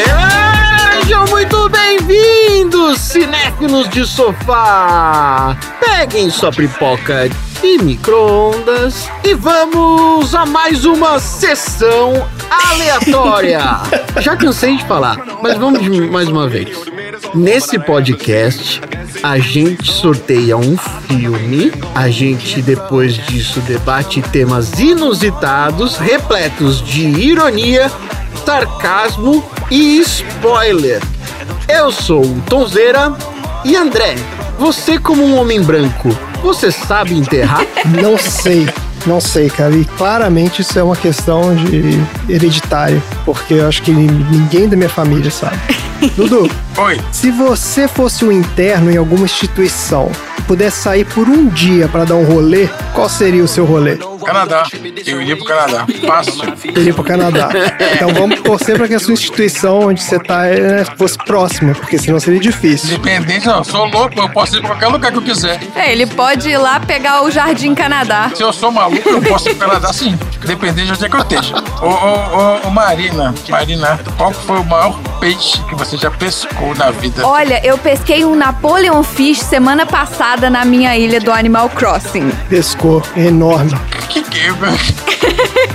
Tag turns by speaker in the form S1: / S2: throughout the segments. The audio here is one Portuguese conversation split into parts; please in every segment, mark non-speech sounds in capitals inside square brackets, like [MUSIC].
S1: Sejam muito bem-vindos, cinéfilos de sofá! Peguem sua pipoca e micro-ondas e vamos a mais uma sessão aleatória! Já cansei de falar, mas vamos de- mais uma vez. Nesse podcast, a gente sorteia um filme, a gente depois disso debate temas inusitados, repletos de ironia, sarcasmo e spoiler. Eu sou o Tonzeira e André, você como um homem branco, você sabe enterrar?
S2: [LAUGHS] Não sei, não sei, cara. E claramente isso é uma questão de hereditária, porque eu acho que ninguém da minha família sabe. Dudu,
S3: Oi.
S2: se você fosse um interno em alguma instituição e pudesse sair por um dia pra dar um rolê, qual seria o seu rolê?
S3: Canadá. Eu iria pro Canadá. Passo.
S2: Iria pro Canadá. Então vamos torcer pra que a sua instituição onde você tá eh, fosse próxima, porque senão seria difícil.
S3: Independente, não. Sou louco, eu posso ir pra qualquer lugar que eu quiser.
S4: É, ele pode ir lá pegar o Jardim Canadá.
S3: Se eu sou maluco, eu posso ir pro Canadá sim. Independente de onde é que eu esteja. Ô, ô, ô, ô, Marina, Marina, qual foi o maior peixe que você já pescou na vida?
S4: Olha, eu pesquei um Napoleon Fish semana passada na minha ilha do Animal Crossing. [LAUGHS]
S2: Pescou, é enorme.
S3: Que que eu...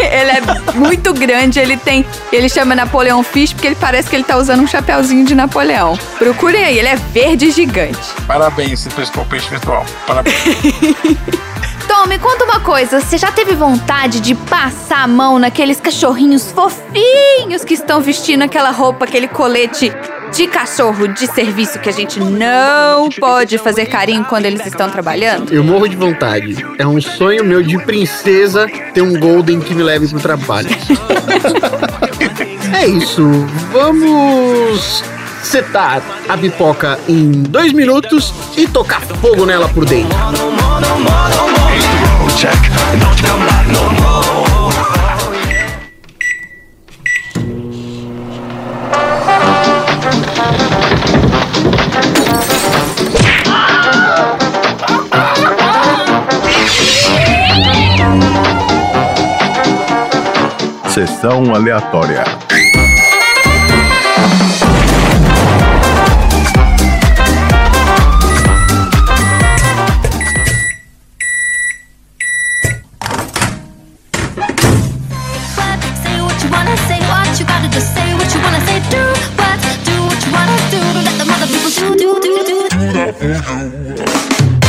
S4: Ele é muito grande, ele tem. Ele chama Napoleon Fish porque ele parece que ele tá usando um chapéuzinho de Napoleão. Procurem aí, ele é verde gigante.
S3: Parabéns, você pescou peixe virtual. Parabéns.
S5: Tom, me conta uma coisa. Você já teve vontade de passar a mão naqueles cachorrinhos fofinhos?
S4: Os que estão vestindo aquela roupa, aquele colete de cachorro de serviço que a gente não pode fazer carinho quando eles estão trabalhando?
S1: Eu morro de vontade. É um sonho meu de princesa ter um Golden que me leve pro trabalho. é isso. Vamos setar a pipoca em dois minutos e tocar fogo nela por dentro.
S6: Sessão aleatória.
S5: Say what you wanna say, what you gotta just say what you wanna say. Do what, do what you wanna do. Don't let the mother people do, do, do, do.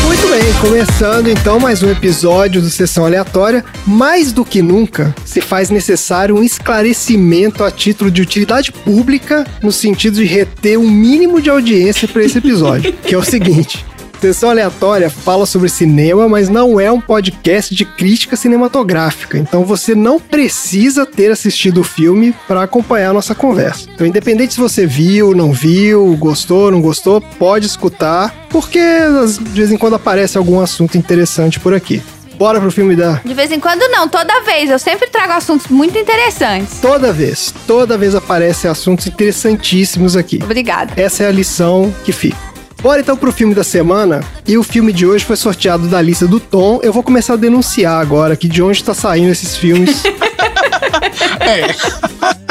S2: Muito bem, começando então mais um episódio do Sessão Aleatória. Mais do que nunca, se faz necessário um esclarecimento a título de utilidade pública, no sentido de reter um mínimo de audiência para esse episódio, que é o seguinte. [LAUGHS] Sessão Aleatória fala sobre cinema, mas não é um podcast de crítica cinematográfica. Então você não precisa ter assistido o filme para acompanhar a nossa conversa. Então, independente se você viu, não viu, gostou, não gostou, pode escutar, porque às- de vez em quando aparece algum assunto interessante por aqui. Bora pro filme da.
S4: De vez em quando não, toda vez. Eu sempre trago assuntos muito interessantes.
S2: Toda vez, toda vez aparecem assuntos interessantíssimos aqui.
S4: Obrigada.
S2: Essa é a lição que fica. Bora então pro filme da semana. E o filme de hoje foi sorteado da lista do Tom. Eu vou começar a denunciar agora que de onde tá saindo esses filmes,
S3: É,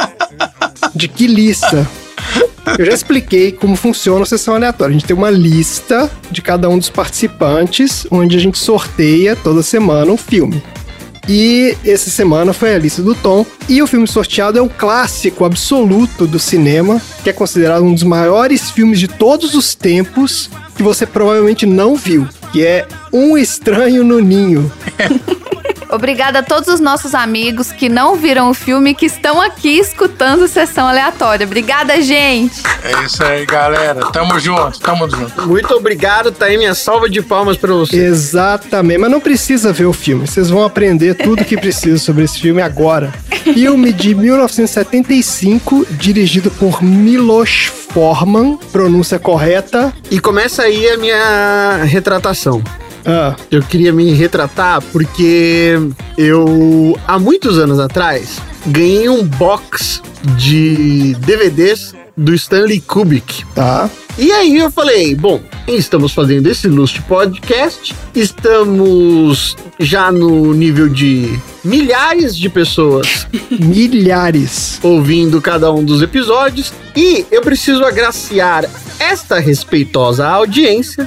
S2: [LAUGHS] de que lista. Eu já expliquei como funciona a sessão aleatória. A gente tem uma lista de cada um dos participantes, onde a gente sorteia toda semana um filme. E essa semana foi a lista do Tom. E o filme sorteado é um clássico absoluto do cinema, que é considerado um dos maiores filmes de todos os tempos, que você provavelmente não viu, que é Um Estranho no Ninho.
S4: Obrigada a todos os nossos amigos que não viram o filme e que estão aqui escutando a sessão aleatória. Obrigada, gente!
S3: é isso aí, galera. Tamo junto, tamo junto.
S1: Muito obrigado, tá aí minha salva de palmas pra você.
S2: Exatamente, mas não precisa ver o filme. Vocês vão aprender tudo que precisa sobre esse filme agora. Filme de 1975, dirigido por Milos Forman, pronúncia correta.
S1: E começa aí a minha retratação.
S2: Ah,
S1: Eu queria me retratar porque eu, há muitos anos atrás, ganhei um box de DVDs do Stanley Kubrick.
S2: Tá.
S1: E aí eu falei, bom, estamos fazendo esse Lust Podcast, estamos já no nível de milhares de pessoas
S2: Milhares.
S1: ouvindo cada um dos episódios e eu preciso agraciar esta respeitosa audiência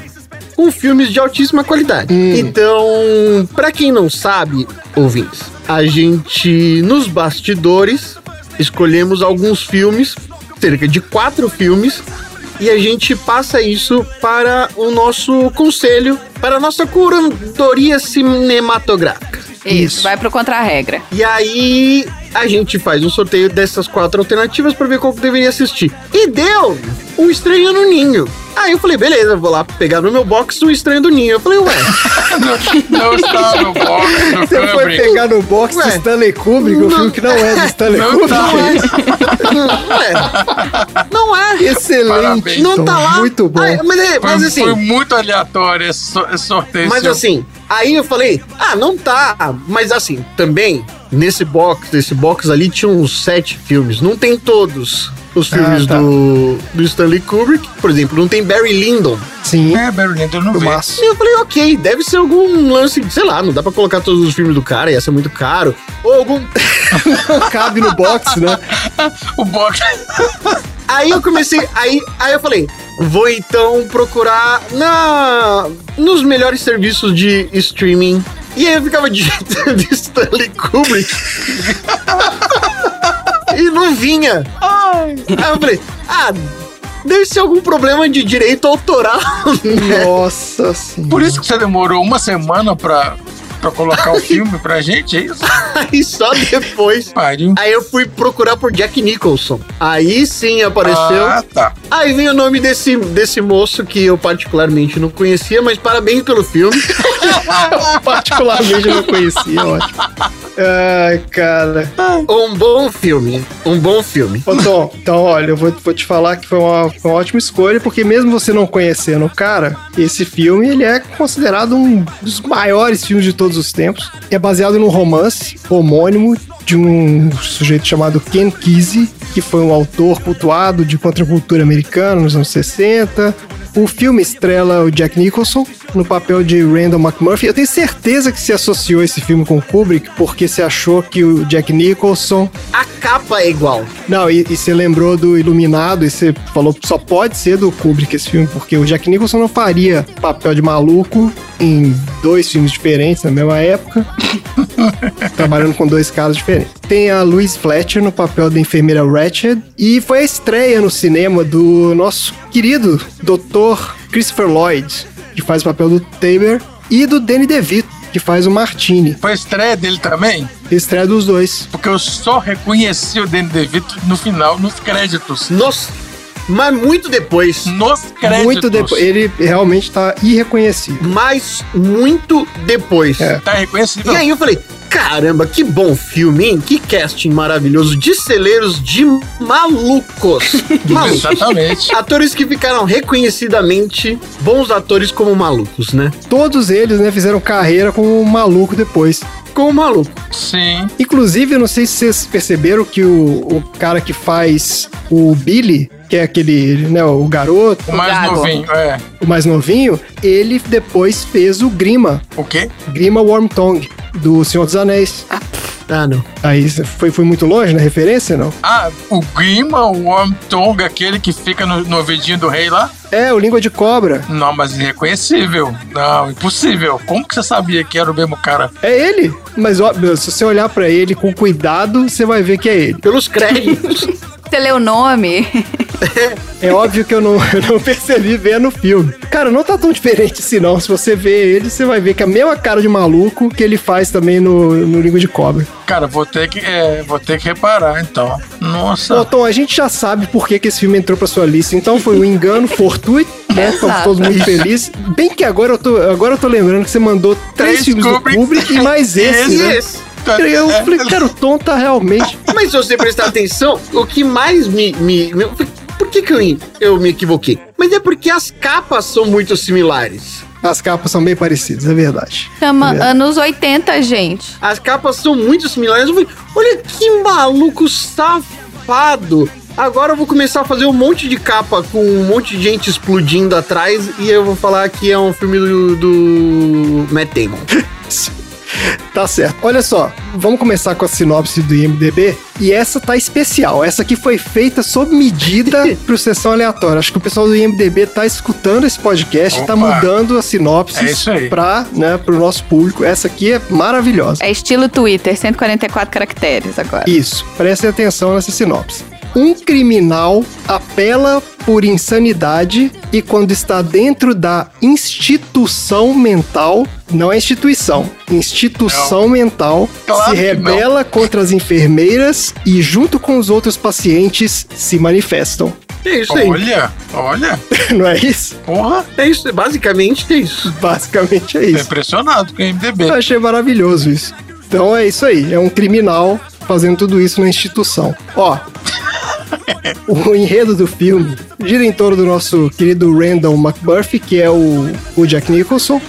S1: com filmes de altíssima qualidade. Então, pra quem não sabe, ouvintes, a gente nos bastidores escolhemos alguns filmes, cerca de quatro filmes, e a gente passa isso para o nosso conselho, para a nossa curadoria cinematográfica.
S4: Isso, vai pro contra-regra.
S1: E aí a gente faz um sorteio dessas quatro alternativas pra ver qual que deveria assistir. E deu um estranho no ninho. Aí eu falei, beleza, vou lá pegar no meu box o estranho do ninho. Eu falei, ué,
S3: Não está no box do
S2: Você foi
S3: Kubrick.
S2: pegar no box do
S1: Ué.
S2: Stanley Kubrick, o filme que não é do Stanley
S3: Não
S2: Kubrick.
S3: tá.
S1: não é. Não é.
S2: Excelente.
S3: Parabéns.
S1: Não tá
S2: Tom.
S1: lá.
S2: Muito bom.
S1: Ah, mas,
S3: Foi,
S1: é- mas assim.
S3: foi muito aleatório esse, so- esse sorteio.
S1: Mas
S3: seu.
S1: assim, aí eu falei, ah, não tá. Mas assim, também, nesse box, esse box ali tinha uns sete filmes. Não tem todos os
S2: Ah,
S1: filmes
S2: tá.
S1: do, do Stanley Kubrick. Por exemplo, não tem Barry Lyndon.
S2: Sim.
S3: É, Berlim, eu não vi.
S2: Filmaço.
S1: E eu falei, ok, deve ser algum lance, sei lá, não dá pra colocar todos os filmes do cara, ia ser muito caro. Ou algum. [LAUGHS]
S2: Não cabe no box, né?
S3: O box.
S1: Aí eu comecei, aí, aí eu falei, vou então procurar na nos melhores serviços de streaming. E aí eu ficava [LAUGHS] digitando Stanley Kubrick. [LAUGHS] e não vinha. Aí eu falei, ah, deve ser algum problema de direito autoral. [LAUGHS]
S2: Nossa senhora.
S3: Por isso que você demorou uma semana pra, pra colocar o filme pra gente, é isso?
S1: Aí só depois.
S3: Pariu.
S1: Aí eu fui procurar por Jack Nicholson. Aí sim apareceu.
S3: Ah, tá.
S1: Aí vem o nome desse, desse moço que eu particularmente não conhecia, mas parabéns pelo filme.
S2: eu particularmente não conhecia, ótimo. Ai, cara.
S1: um bom filme. Um bom filme.
S2: Ô, Tom, então, olha, eu vou, vou te falar que foi uma, foi uma ótima escolha, porque mesmo você não conhecendo o cara, esse filme, ele é considerado um dos maiores filmes de todos os tempos. É baseado num romance homônimo de um sujeito chamado Ken Kesey, que foi um autor cultuado de contracultura americana nos anos 60, O filme estrela o Jack Nicholson no papel de Randall McMurphy. Eu tenho certeza que se associou esse filme com o Kubrick porque se achou que o Jack Nicholson.
S1: A capa é igual.
S2: Não, e, e você lembrou do Iluminado e você falou que só pode ser do Kubrick esse filme, porque o Jack Nicholson não faria papel de maluco em dois filmes diferentes na mesma época, trabalhando com dois caras diferentes. Tem a Louise Fletcher no papel da enfermeira Ratched e foi a estreia no cinema do nosso querido Dr. Christopher Lloyd, que faz o papel do Tamer, e do Danny DeVito, que faz o Martini.
S3: Foi a estreia dele também?
S2: Estreia dos dois.
S3: Porque eu só reconheci o Danny DeVito no final, nos créditos.
S1: Nossa, mas muito depois.
S3: Nos créditos.
S2: Muito depois. Ele realmente tá irreconhecível.
S1: Mas muito depois.
S2: É.
S3: Tá reconhecido.
S1: E aí eu falei, caramba, que bom filme, hein? Que casting maravilhoso de celeiros de malucos. malucos. [LAUGHS]
S3: Exatamente.
S1: Atores que ficaram reconhecidamente bons atores como malucos, né?
S2: Todos eles, né, fizeram carreira como um maluco depois.
S1: Como um maluco.
S3: Sim.
S2: Inclusive, eu não sei se vocês perceberam que o, o cara que faz o Billy, que é aquele, né, o garoto,
S3: O mais
S4: Gago.
S3: novinho. É.
S2: o mais novinho, ele depois fez o Grima,
S3: O quê?
S2: Grima Wormtongue, do Senhor dos Anéis.
S1: Ah, não.
S2: Aí cê foi, foi muito longe na referência, não?
S3: Ah, o Grima, o Homem Tonga, aquele que fica no, no ouvidinho do rei lá?
S2: É, o Língua de Cobra.
S3: Não, mas irreconhecível. Não, impossível. Como que você sabia que era o mesmo cara?
S2: É ele. Mas ó, meu, se você olhar pra ele com cuidado, você vai ver que é ele.
S1: Pelos [LAUGHS] créditos.
S4: Você lê o nome?
S2: É óbvio que eu não, [LAUGHS] eu não percebi vendo o filme. Cara, não tá tão diferente assim não. Se você vê ele, você vai ver que é a mesma cara de maluco que ele faz também no, no Língua de Cobra.
S3: Cara, vou ter que, é, vou ter que reparar, então.
S2: Ô,
S3: Nossa.
S2: Tom, a gente já sabe por que, que esse filme entrou pra sua lista. Então foi um engano fortuito, né? Estamos
S4: Exato.
S2: todos muito felizes. Bem que agora eu tô, agora eu tô lembrando que você mandou três,
S3: Três
S2: filmes
S3: Kubrick.
S2: do Kubrick e mais esse,
S1: Esse,
S2: né?
S1: esse.
S2: Eu
S3: É,
S2: falei, cara, o Tom tá realmente...
S1: Mas se você prestar atenção, o que mais me. me, me- por que, que eu, eu me equivoquei? Mas é porque as capas são muito similares.
S2: As capas são bem parecidas, é verdade.
S4: Chama
S2: É.
S4: anos 80, gente.
S1: As capas são muito similares. Eu falei, olha que maluco safado. Agora eu vou começar a fazer um monte de capa com um monte de gente explodindo atrás e eu vou falar que é um filme do, do Matt Damon.
S2: Tá certo. Olha só, vamos começar com a sinopse do IMDB. E essa tá especial. Essa aqui foi feita sob medida
S3: [LAUGHS]
S2: pro sessão aleatória. Acho que o pessoal do IMDB tá escutando esse podcast, tá
S3: Opa.
S2: mudando a sinopse
S3: É isso aí.
S2: pra, né, pro nosso público. Essa aqui é maravilhosa.
S4: É estilo Twitter, 144 caracteres agora.
S2: Isso, prestem atenção nessa sinopse. Um criminal apela por insanidade e quando está dentro da instituição mental, não é instituição, instituição mental,
S3: Claro
S2: se
S3: que não.
S2: rebela contra as enfermeiras e junto com os outros pacientes se manifestam. [LAUGHS]
S1: É isso aí.
S3: Olha, olha,
S2: Não é isso?
S3: porra,
S1: É isso, basicamente é isso.
S2: Basicamente é
S3: tô
S2: isso.
S3: impressionado com o MDB.
S2: Eu achei maravilhoso isso. Então é isso aí, é um criminal fazendo tudo isso na instituição. Ó, o enredo do filme gira em torno do nosso querido Randall McBurphy, que é o, o Jack Nicholson.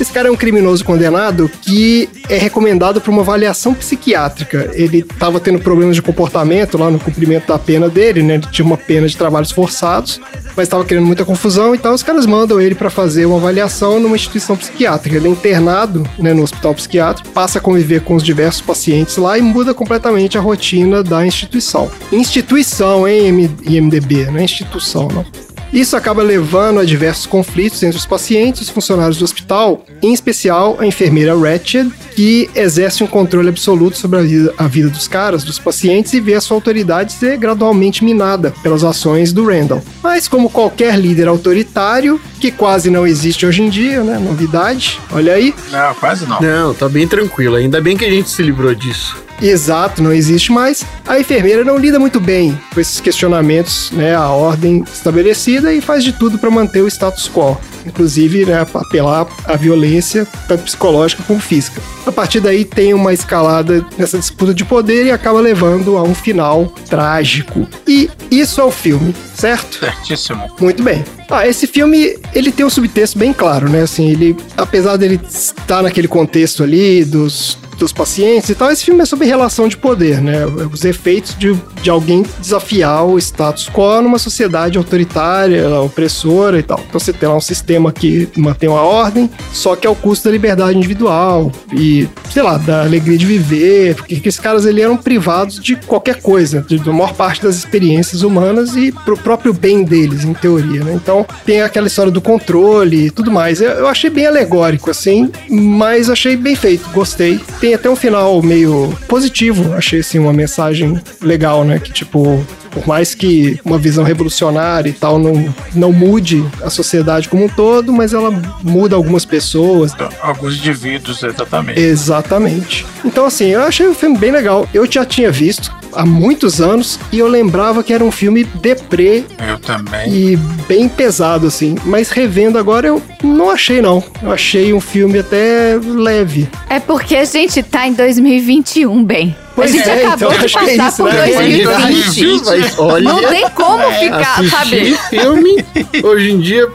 S2: Esse cara é um criminoso condenado que é recomendado para uma avaliação psiquiátrica. Ele estava tendo problemas de comportamento lá no cumprimento da pena dele, né? Ele tinha uma pena de trabalhos forçados, mas estava querendo muita confusão, então os caras mandam ele para fazer uma avaliação numa instituição psiquiátrica. Ele é internado né, no hospital psiquiátrico, passa a conviver com os diversos pacientes lá e muda completamente a rotina da instituição. Instituição, hein, M- IMDB? Não é instituição, não. Isso acaba levando a diversos conflitos entre os pacientes e os funcionários do hospital, em especial a enfermeira Ratched, que exerce um controle absoluto sobre a vida, a vida dos caras, dos pacientes, e vê a sua autoridade ser gradualmente minada pelas ações do Randall. Mas, como qualquer líder autoritário, que quase não existe hoje em dia, né? Novidade, olha aí.
S3: Não, quase não.
S1: Não, tá bem tranquilo. Ainda bem que a gente se livrou disso.
S2: Exato, não existe mais. A enfermeira não lida muito bem com esses questionamentos, né, a ordem estabelecida e faz de tudo para manter o status quo, inclusive, né, pra apelar à violência tanto psicológica como física. A partir daí tem uma escalada nessa disputa de poder e acaba levando a um final trágico. E isso é o filme, certo?
S3: Certíssimo.
S2: Muito bem. Ah, esse filme, ele tem um subtexto bem claro, né? Assim, ele, apesar dele estar naquele contexto ali dos, dos pacientes e tal, esse filme é sobre relação de poder, né? Os efeitos de, de alguém desafiar o status quo numa sociedade autoritária, opressora e tal. Então você tem lá um sistema que mantém uma ordem, só que ao custo da liberdade individual e, sei lá, da alegria de viver, porque esses caras ali eram privados de qualquer coisa, de, da maior parte das experiências humanas e pro próprio bem deles, em teoria, né? Então tem aquela história do controle e tudo mais. Eu, eu achei bem alegórico, assim, mas achei bem feito, gostei. Tem até um final meio positivo, achei assim uma mensagem legal, né? Que tipo, por mais que uma visão revolucionária e tal não, não mude a sociedade como um todo, mas ela muda algumas pessoas,
S3: Então, Alguns indivíduos, exatamente.
S2: Exatamente. Então, assim, eu achei o filme bem legal. Eu já tinha visto há muitos anos e eu lembrava que era um filme deprê
S3: Eu também.
S2: e bem pesado, assim. Mas revendo agora, eu não achei, não. Eu achei um filme até leve.
S4: É porque a gente tá em 2021, bem.
S2: Pois
S4: a gente
S2: é,
S4: acabou
S2: então,
S4: de
S2: acho que é
S4: passar
S2: isso,
S4: por
S2: né?
S3: Qualidade
S4: 2020.
S3: de vida.
S1: mas olha,
S4: então, Não tem como
S2: É,
S4: ficar,
S1: assistir
S4: sabe?
S1: filme hoje em dia,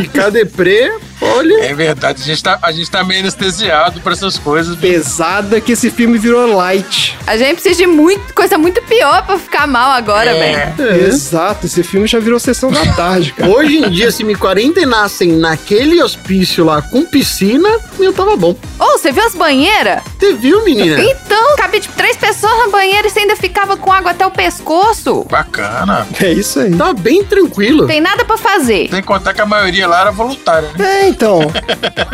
S1: ficar deprê, olha.
S3: É verdade, a gente tá, a gente tá meio anestesiado pra essas coisas.
S2: Pesada que esse filme virou light.
S4: A gente precisa de muito, coisa muito pior pra ficar mal agora, bem.
S1: É.
S2: Exato, esse filme já virou sessão da tarde, cara.
S1: Hoje em dia, se me quarentenassem naquele hospício lá com piscina, eu tava bom.
S4: Ô, você viu as banheiras?
S1: Você viu, menina?
S4: Então, cabe de três pessoas na banheira e você ainda ficava com água até o pescoço.
S3: Bacana.
S2: É isso aí.
S1: Tá bem tranquilo.
S4: Tem nada pra fazer.
S3: Tem que contar que a maioria lá era voluntária, né?
S2: É, então.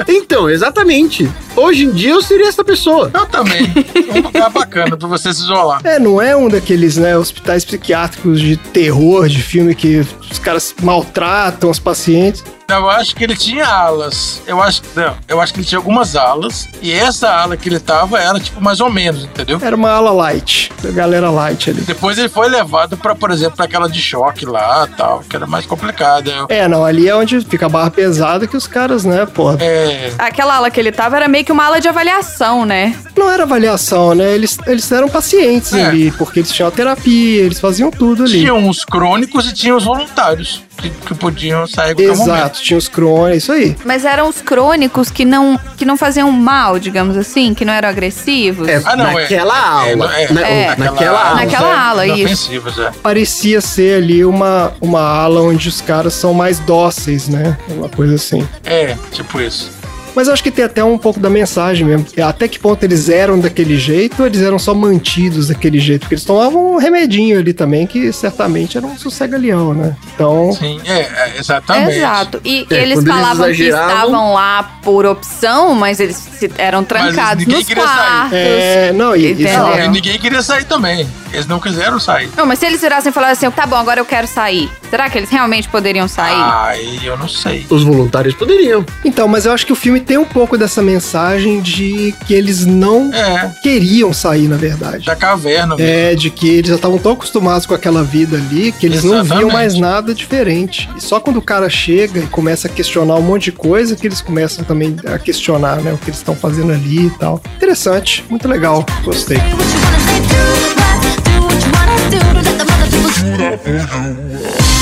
S1: Então, exatamente. Hoje em dia eu seria essa pessoa.
S3: Eu também. Um lugar bacana pra você se isolar.
S2: É, não é um daqueles, né, hospitais psiquiátricos de terror, de filme que os caras maltratam os pacientes.
S3: Então, Eu acho que ele tinha alas. Eu acho, não, eu acho que ele tinha algumas alas. E essa ala que ele tava era, tipo, mais ou menos, entendeu?
S2: Era uma ala light, da galera light ali.
S3: Depois ele foi levado pra, por exemplo, pra aquela de choque lá tal, que era mais complicada.
S2: É, não, ali é onde fica a barra pesada que os caras, né, porra.
S3: É,
S4: Aquela ala que ele tava era meio que uma ala de avaliação, né?
S2: Não era avaliação, né? Eles, eles eram pacientes
S3: É. um
S2: ali, porque eles tinham terapia, eles faziam tudo ali.
S3: tinha uns crônicos e tinha os solitários que, que podiam sair a qualquer momento.
S7: Exato, tinha os crônicos, isso aí.
S4: Mas eram os crônicos que não, que não faziam mal, digamos assim, que não eram agressivos.
S1: É,
S3: Ah, não, é.
S1: naquela aula.
S3: É,
S1: na-
S7: oh,
S4: é.
S1: ou naquela aula.
S4: Naquela aula, isso.
S3: Inofensivos, é.
S7: Parecia ser ali uma, uma ala onde os caras são mais dóceis, né? Uma coisa assim.
S3: É, tipo isso.
S7: Mas eu acho que tem até um pouco da mensagem mesmo. Até que ponto eles eram daquele jeito ou eles eram só mantidos daquele jeito? Porque eles tomavam um remedinho ali também, que certamente era um sossega-leão, né? Então,
S3: Sim, é, é, exatamente.
S4: Exato. E
S1: É,
S4: eles
S1: quando eles
S4: falavam que
S1: exageravam-
S4: estavam lá por opção, mas eles se- eram trancados
S3: ninguém
S4: nos
S3: queria sair.
S4: quartos.
S7: é, não, e, e
S4: Entendeu?
S3: Não, e ninguém queria sair também. Eles não quiseram sair.
S4: Não, mas se eles virassem e falassem assim, tá bom, agora eu quero sair. Será que eles realmente poderiam sair?
S3: Ah. Aí eu não sei.
S1: Os voluntários poderiam.
S7: Então, mas eu acho que o filme tem um pouco dessa mensagem de que eles não
S3: É,
S7: queriam sair, na verdade.
S3: da caverna. mesmo.
S7: É, de que eles já estavam tão acostumados com aquela vida ali que eles não viam
S3: Exatamente.
S7: mais nada diferente. E só quando o cara chega e começa a questionar um monte de coisa que eles começam também a questionar, né? O que eles estão fazendo ali e tal. Interessante, muito legal, gostei.
S5: Say what you wanna say, do what, do what you wanna do. Don't let the mother people do.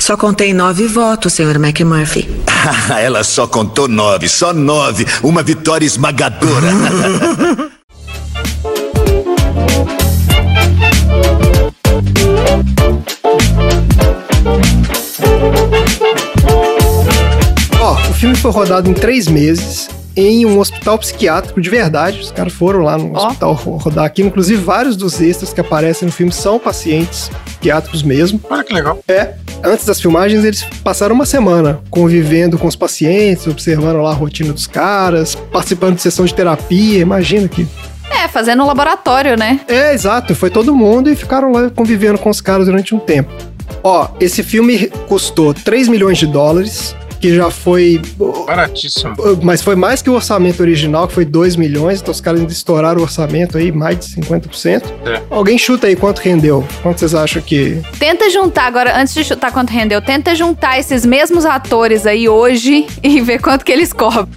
S8: Só contei nove votos, Sr. McMurphy.
S6: [LAUGHS] Ela só contou nove, só nove. Uma vitória esmagadora.
S7: Ó, o filme foi rodado em três meses em um hospital psiquiátrico de verdade. Os caras foram lá no
S4: Ó.
S7: hospital ro- rodar aqui. Inclusive, vários dos extras que aparecem no filme são pacientes psiquiátricos mesmo.
S3: Olha que legal.
S7: É, antes das filmagens eles passaram uma semana convivendo com os pacientes, observando lá a rotina dos caras, participando de sessão de terapia, imagina que.
S4: É, fazendo um laboratório, né?
S7: É, exato, foi todo mundo e ficaram lá convivendo com os caras durante um tempo. Ó, esse filme custou 3 milhões de dólares, que já foi
S3: Baratíssimo.
S7: mas foi mais que o orçamento original, que foi 2 milhões, então os caras ainda estouraram o orçamento aí, mais de 50%.
S3: É.
S7: Alguém chuta aí quanto rendeu? Quanto vocês acham que.
S4: Tenta juntar, agora, antes de chutar quanto rendeu, tenta juntar esses mesmos atores aí hoje e ver quanto que eles cobram. [LAUGHS]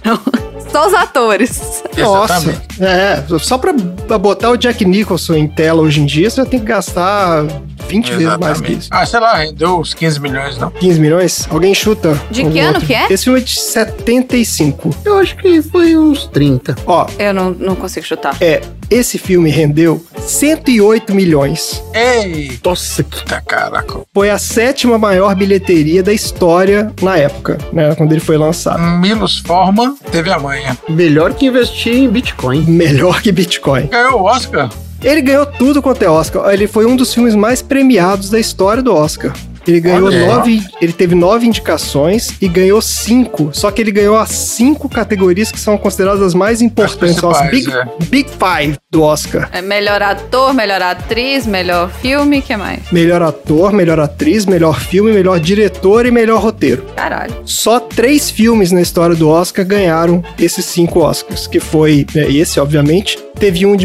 S4: Só os atores.
S7: Nossa!
S3: Exatamente.
S7: É, só pra, pra botar o Jack Nicholson em tela hoje em dia, você já tem que gastar 20 vezes mais que
S3: Exatamente.
S7: isso.
S3: Ah, sei lá, rendeu uns 15 milhões, não?
S7: 15 milhões? Alguém chuta?
S4: De
S7: Um
S4: que ano
S7: outro.
S4: que é?
S7: Esse filme é de 75.
S1: Eu acho que foi uns 30.
S7: Ó,
S4: Eu não, não consigo chutar.
S7: é, esse filme rendeu 108 milhões.
S3: Eita,
S1: Nossa, que
S3: caraca.
S7: Foi a sétima maior bilheteria da história na época, né? Quando ele foi lançado.
S3: Milos Forman teve a manha.
S1: melhor que investir em Bitcoin.
S7: Melhor que Bitcoin.
S3: Ganhou o Oscar.
S7: Ele ganhou tudo quanto é Oscar. Ele foi um dos filmes mais premiados da história do Oscar. Ele ganhou
S3: Olha aí.
S7: nove. Ele teve nove indicações e ganhou cinco. Só que ele ganhou as cinco categorias que são consideradas as mais importantes. São as big,
S3: principais, é.
S7: big Five do Oscar.
S4: É melhor ator, melhor atriz, melhor filme, que mais?
S7: Melhor ator, melhor atriz, melhor filme, melhor diretor e melhor roteiro.
S4: Caralho.
S7: Só três filmes na história do Oscar ganharam esses cinco Oscars, que foi né, esse, obviamente. Teve um de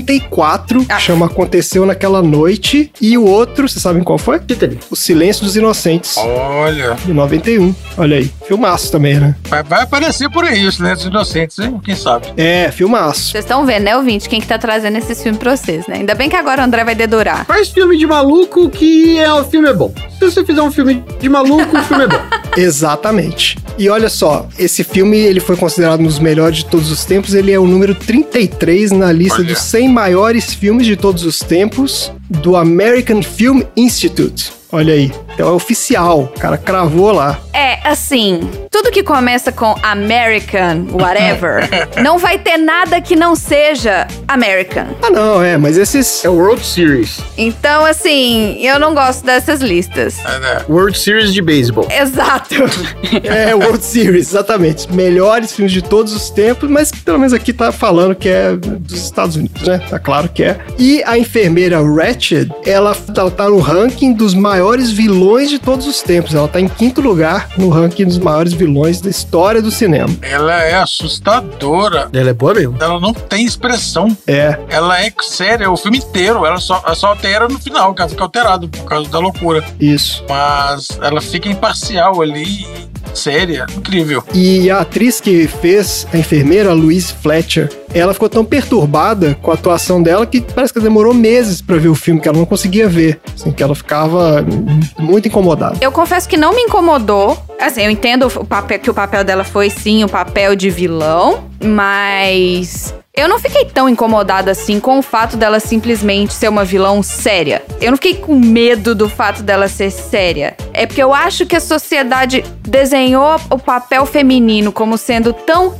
S7: 1934,
S4: Ah.
S7: que chama Aconteceu Naquela Noite, e o outro, vocês sabem qual foi?
S1: Titanic.
S7: O Silêncio dos Inocentes,
S3: Olha,
S7: de 91. Olha aí, filmaço também, né?
S3: vai, vai aparecer por aí os Lentos Inocentes, hein? Quem sabe?
S7: É, filmaço.
S4: Vocês estão vendo, né, ouvinte, quem que tá trazendo esses filmes pra vocês, né? Ainda bem que agora o André vai dedurar.
S1: Faz filme de maluco que é o filme é bom. Se você fizer um filme de maluco, o filme é bom.
S7: Exatamente. E olha só, esse filme ele foi considerado um dos melhores de todos os tempos. Ele é o número 33 na lista
S3: Olha.
S7: dos 100 maiores filmes de todos os tempos do American Film Institute. Olha aí. Então é oficial. O cara cravou lá.
S4: É, assim, tudo que começa com American, [LAUGHS] whatever, não vai ter nada que não seja American.
S7: Ah, não, é, mas esses.
S1: [LAUGHS] É o World Series.
S4: Então, assim, eu não gosto dessas listas.
S3: É, né?
S1: World Series de beisebol.
S4: Exato.
S7: É, World Series, exatamente. Melhores filmes de todos os tempos, mas pelo menos aqui tá falando que é dos Estados Unidos, né? Tá claro que é. E a enfermeira Ratched, ela tá, tá no ranking dos maiores vilões de todos os tempos. Ela tá em quinto lugar no ranking dos maiores vilões da história do cinema.
S3: Ela é assustadora.
S1: Ela é boa mesmo.
S3: Ela não tem expressão.
S7: É,
S3: Ela é séria o filme inteiro. Ela só, ela só altera no final, que ela fica alterada por causa da loucura.
S7: isso.
S3: Mas ela fica imparcial ali. séria, incrível.
S7: E a atriz que fez a enfermeira, Louise Fletcher, ela ficou tão perturbada com a atuação dela que parece que demorou meses pra ver o filme, que ela não conseguia ver. Assim, que ela ficava muito incomodada.
S4: Eu confesso que não me incomodou. Assim, eu entendo o papel, que o papel dela foi sim o papel de vilão, mas eu não fiquei tão incomodada assim com o fato dela simplesmente ser uma vilão séria. Eu não fiquei com medo do fato dela ser séria. É porque eu acho que a sociedade desenhou o papel feminino como sendo tão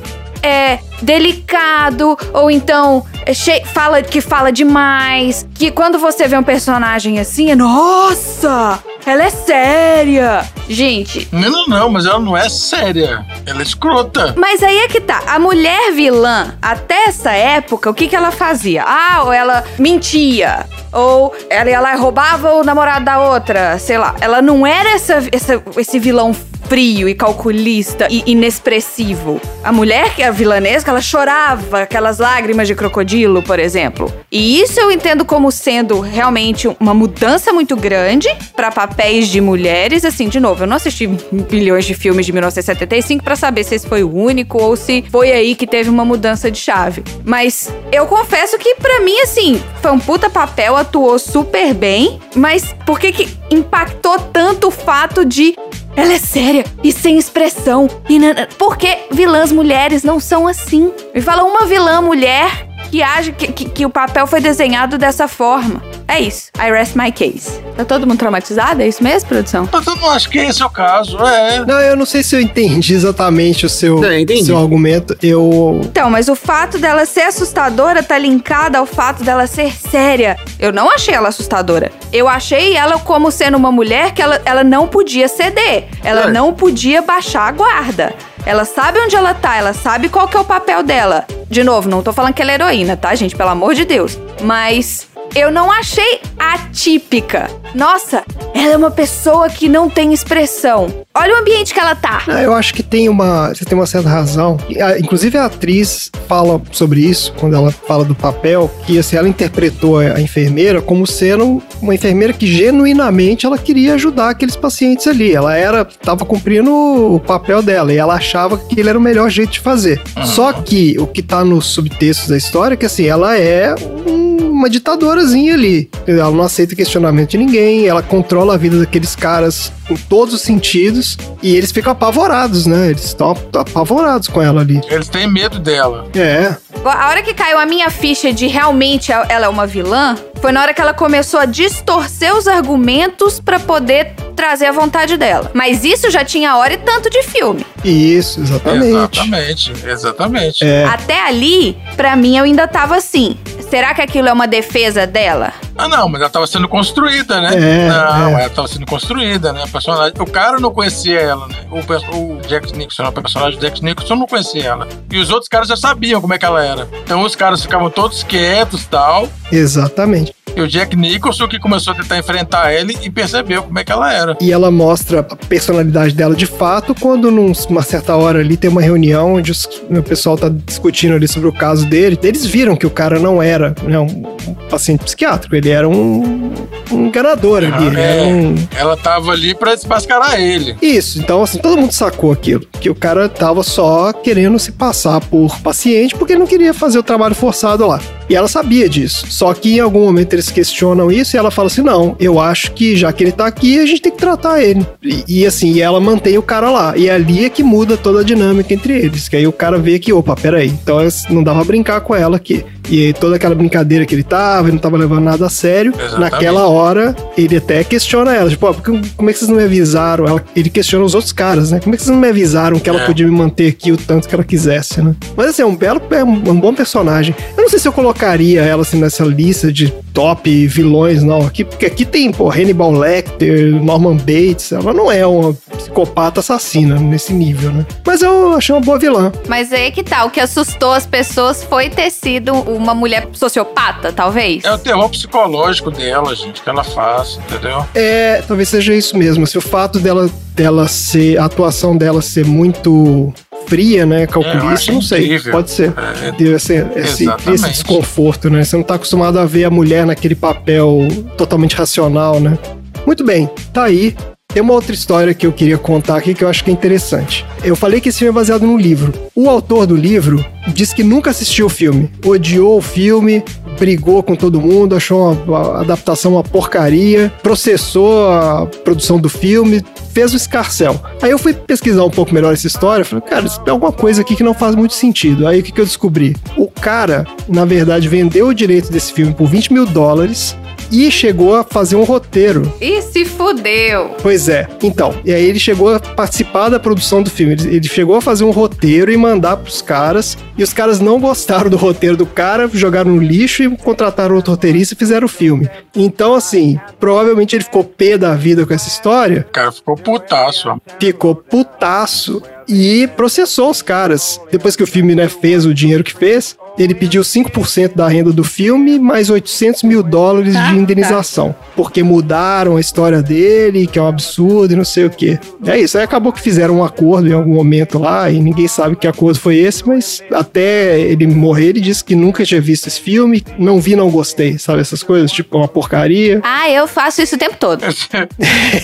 S4: é delicado ou então é che- fala que fala demais, que quando você vê um personagem assim, é nossa, ela é séria. Gente,
S3: Não, não, não, mas ela não é séria. Ela é escrota.
S4: mas aí é que tá. A mulher vilã, até essa época, o que, que ela fazia? Ah, ou ela mentia. Ou ela ia lá e roubava o namorado da outra, sei lá. Ela não era essa, essa- esse vilão frio e calculista e inexpressivo. A mulher, que é a vilanesca, ela chorava aquelas lágrimas de crocodilo, por exemplo. E isso eu entendo como sendo realmente uma mudança muito grande pra papéis de mulheres. Assim, de novo, eu não assisti bilhões de filmes de 1975 pra saber se esse foi o único ou se foi aí que teve uma mudança de chave. Mas eu confesso que pra mim, assim, foi um puta papel, atuou super bem, mas por que que impactou tanto o fato de ela é séria e sem expressão. E nana- Porque vilãs mulheres não são assim. Me fala uma vilã mulher que age que, que, que o papel foi desenhado dessa forma. É isso. I rest my case. Tá todo mundo traumatizado? É isso mesmo, produção?
S3: Mas eu não acho que esse é o caso. É.
S7: Não, eu não sei se eu entendi exatamente o seu,
S1: Não, entendi.
S7: seu argumento. Eu
S4: Então, mas o fato dela ser assustadora tá linkada ao fato dela ser séria. Eu não achei ela assustadora. Eu achei ela como sendo uma mulher que ela, ela não podia ceder. Ela
S1: É.
S4: não podia baixar a guarda. Ela sabe onde ela tá, ela sabe qual que é o papel dela. De novo, não tô falando que ela é heroína, tá, gente? Pelo amor de Deus. Mas eu não achei atípica. Nossa, ela é uma pessoa que não tem expressão. Olha o ambiente que ela tá.
S7: Ah, Eu acho que tem uma. Você tem uma certa razão. E, ah, Inclusive a atriz fala sobre isso quando ela fala do papel, que assim, ela interpretou a a enfermeira como sendo uma enfermeira que genuinamente ela queria ajudar aqueles pacientes ali. Ela era. tava cumprindo o papel dela e ela achava que ele era o melhor jeito de fazer. Só que o que tá nos subtextos da história é que assim, ela é um- uma ditadorazinha ali. Ela não aceita questionamento de ninguém, ela controla a vida daqueles caras em todos os sentidos e eles ficam apavorados, né? Eles estão ap- apavorados com ela ali.
S3: Eles têm medo dela.
S7: É.
S4: A hora que caiu a minha ficha de realmente ela é uma vilã, foi na hora que ela começou a distorcer os argumentos pra poder trazer a vontade dela. Mas isso já tinha hora e tanto de filme.
S7: Isso, exatamente.
S3: Exatamente, exatamente.
S7: É.
S4: Até ali, pra mim eu ainda tava assim. Será que aquilo é uma defesa dela?
S3: Ah, não, mas ela tava sendo construída, né?
S7: É,
S3: não,
S7: é.
S3: ela tava sendo construída, né? A personagem, o cara não conhecia ela, né? O, perso- o Jack Nicholson, o personagem do Jack Nicholson não conhecia ela. E os outros caras já sabiam como é que ela era. Então os caras ficavam todos quietos e tal.
S7: Exatamente.
S3: E o Jack Nicholson que começou a tentar enfrentar ela e percebeu como é que ela era.
S7: E ela mostra a personalidade dela de fato quando, num- numa certa hora ali, tem uma reunião onde os- o pessoal tá discutindo ali sobre o caso dele. Eles viram que o cara não era né, um, um paciente psiquiátrico, ele era um, um enganador ali. ele era
S3: é.
S7: um-
S3: Ela tava ali pra desmascarar ele.
S7: Isso, então assim, todo mundo sacou aquilo. Que o cara tava só querendo se passar por paciente porque ele não queria fazer o trabalho forçado lá. E ela sabia disso. Só que em algum momento eles questionam isso e ela fala assim: não, eu acho que já que ele tá aqui, a gente tem que tratar ele. E, e, assim, e ela mantém o cara lá. E ali é que muda toda a dinâmica entre eles. Que aí o cara vê que, opa, peraí, então não dava brincar com ela aqui. E aí toda aquela brincadeira que ele tava, ele não tava levando nada a sério.
S3: Exatamente.
S7: Naquela na hora, ele até questiona ela. Tipo, ó, por que- como é que vocês não me avisaram? Ela- ele questiona os outros caras, né? Como é que vocês não me avisaram que ela
S3: É.
S7: podia me manter aqui o tanto que ela quisesse, né? Mas assim, é um belo, é um, é um bom personagem. Eu não sei se eu colocaria ela assim nessa lista de top vilões, não. Aqui, porque aqui tem, pô, Hannibal Lecter, Norman Bates. Ela não é uma psicopata assassina nesse nível, né? Mas eu achei uma boa vilã.
S4: Mas aí que tá, o que assustou as pessoas foi ter sido uma mulher sociopata, talvez.
S3: É o terror psicológico dela, gente, que ela faz, entendeu?
S7: É, talvez seja isso mesmo. Se o fato dela, dela ser. A atuação dela ser muito fria, né?
S3: É, eu
S7: Calculista,
S3: acho
S7: não sei.
S3: incrível.
S7: Pode ser.
S3: É,
S7: Deu esse, esse,
S3: Exatamente.
S7: esse desconforto, né? Você não tá acostumado a ver a mulher naquele papel totalmente racional, né? Muito bem, tá aí. Tem uma outra história que eu queria contar aqui que eu acho que é interessante. Eu falei que esse filme é baseado num livro. O autor do livro diz que nunca assistiu o filme, odiou o filme, brigou com todo mundo, achou uma- a adaptação uma porcaria, processou a produção do filme, fez o escarcel. Aí eu fui pesquisar um pouco melhor essa história, falei, cara, isso tem alguma coisa aqui que não faz muito sentido. Aí o que, que eu descobri? O cara, na verdade, vendeu o direito desse filme por 20 mil dólares e chegou a fazer um roteiro
S4: E se fudeu.
S7: Pois é. Então, e aí ele chegou a participar da produção do filme. Ele, ele chegou a fazer um roteiro e mandar pros caras. E os caras não gostaram do roteiro do cara, jogaram no lixo e contrataram outro roteirista e fizeram o filme. Então, assim, provavelmente ele ficou pé da vida com essa história,
S3: O cara ficou putaço. ó.
S7: ficou putaço e processou os caras. Depois que o filme, né, fez o dinheiro que fez, ele pediu 5% da renda do filme, mais 800 mil dólares de indenização. Porque mudaram a história dele, que é um absurdo e não sei o quê. É isso. Aí acabou que fizeram um acordo em algum momento lá, e ninguém sabe que acordo foi esse, mas até ele morrer, ele disse que nunca tinha visto esse filme, não vi, não gostei, sabe? Essas coisas, tipo, é uma porcaria. [LAUGHS]
S9: Ah, eu faço isso o tempo todo.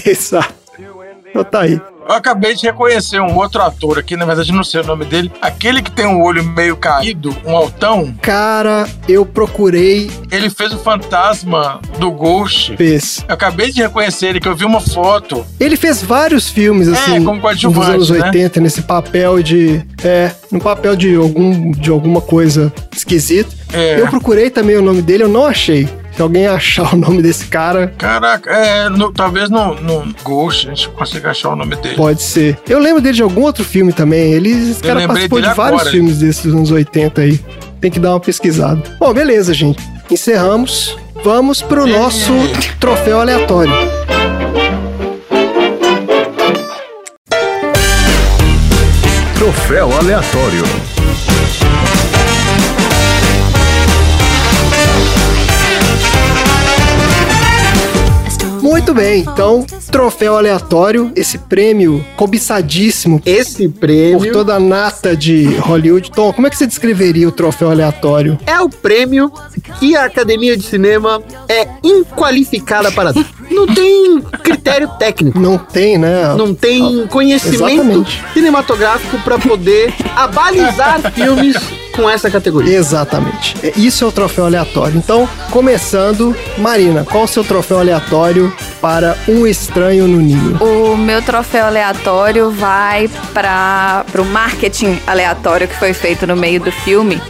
S7: Exato. Então tá aí.
S3: Eu acabei de reconhecer um outro ator aqui, na verdade não sei o nome dele. Aquele que tem um olho meio caído, um altão,
S7: Cara, eu procurei
S3: ele fez o fantasma do Ghost.
S7: fez.
S3: Eu acabei de reconhecer ele, que eu vi uma foto.
S7: Ele fez vários filmes,
S3: É,
S7: assim,
S3: como coadjuvante,
S7: dos anos
S3: né?
S7: 80, nesse papel de. É, no papel de, algum, de alguma coisa esquisita.
S3: É.
S7: Eu procurei também o nome dele, eu não achei. Se alguém achar [LAUGHS] o nome desse cara,
S3: Caraca, é, no- talvez no, no Ghost a gente consiga achar o nome dele.
S7: pode ser. Eu lembro dele de algum outro filme também. Ele, esse cara
S3: lembrei
S7: participou de
S3: dele
S7: vários
S3: agora. né?
S7: filmes desses dos anos 80 aí. Tem que dar uma pesquisada. Bom, beleza, gente. Encerramos. Vamos pro nosso troféu aleatório.
S10: Troféu aleatório.
S7: Muito bem, então, troféu aleatório, esse prêmio cobiçadíssimo
S1: Esse
S7: por
S1: prêmio
S7: toda a nata de Hollywood. Tom, como é que você descreveria o troféu aleatório?
S1: é o prêmio que a Academia de Cinema é inqualificada para dar. Não tem critério técnico.
S7: Não tem, né?
S1: Não tem conhecimento
S7: Exatamente.
S1: cinematográfico para poder [LAUGHS] abalizar filmes com essa categoria.
S7: Exatamente. É, Isso é o troféu aleatório. Então, começando, Marina, qual o seu troféu aleatório para um estranho no ninho?
S4: O meu troféu aleatório vai para pro marketing aleatório que foi feito no meio do filme.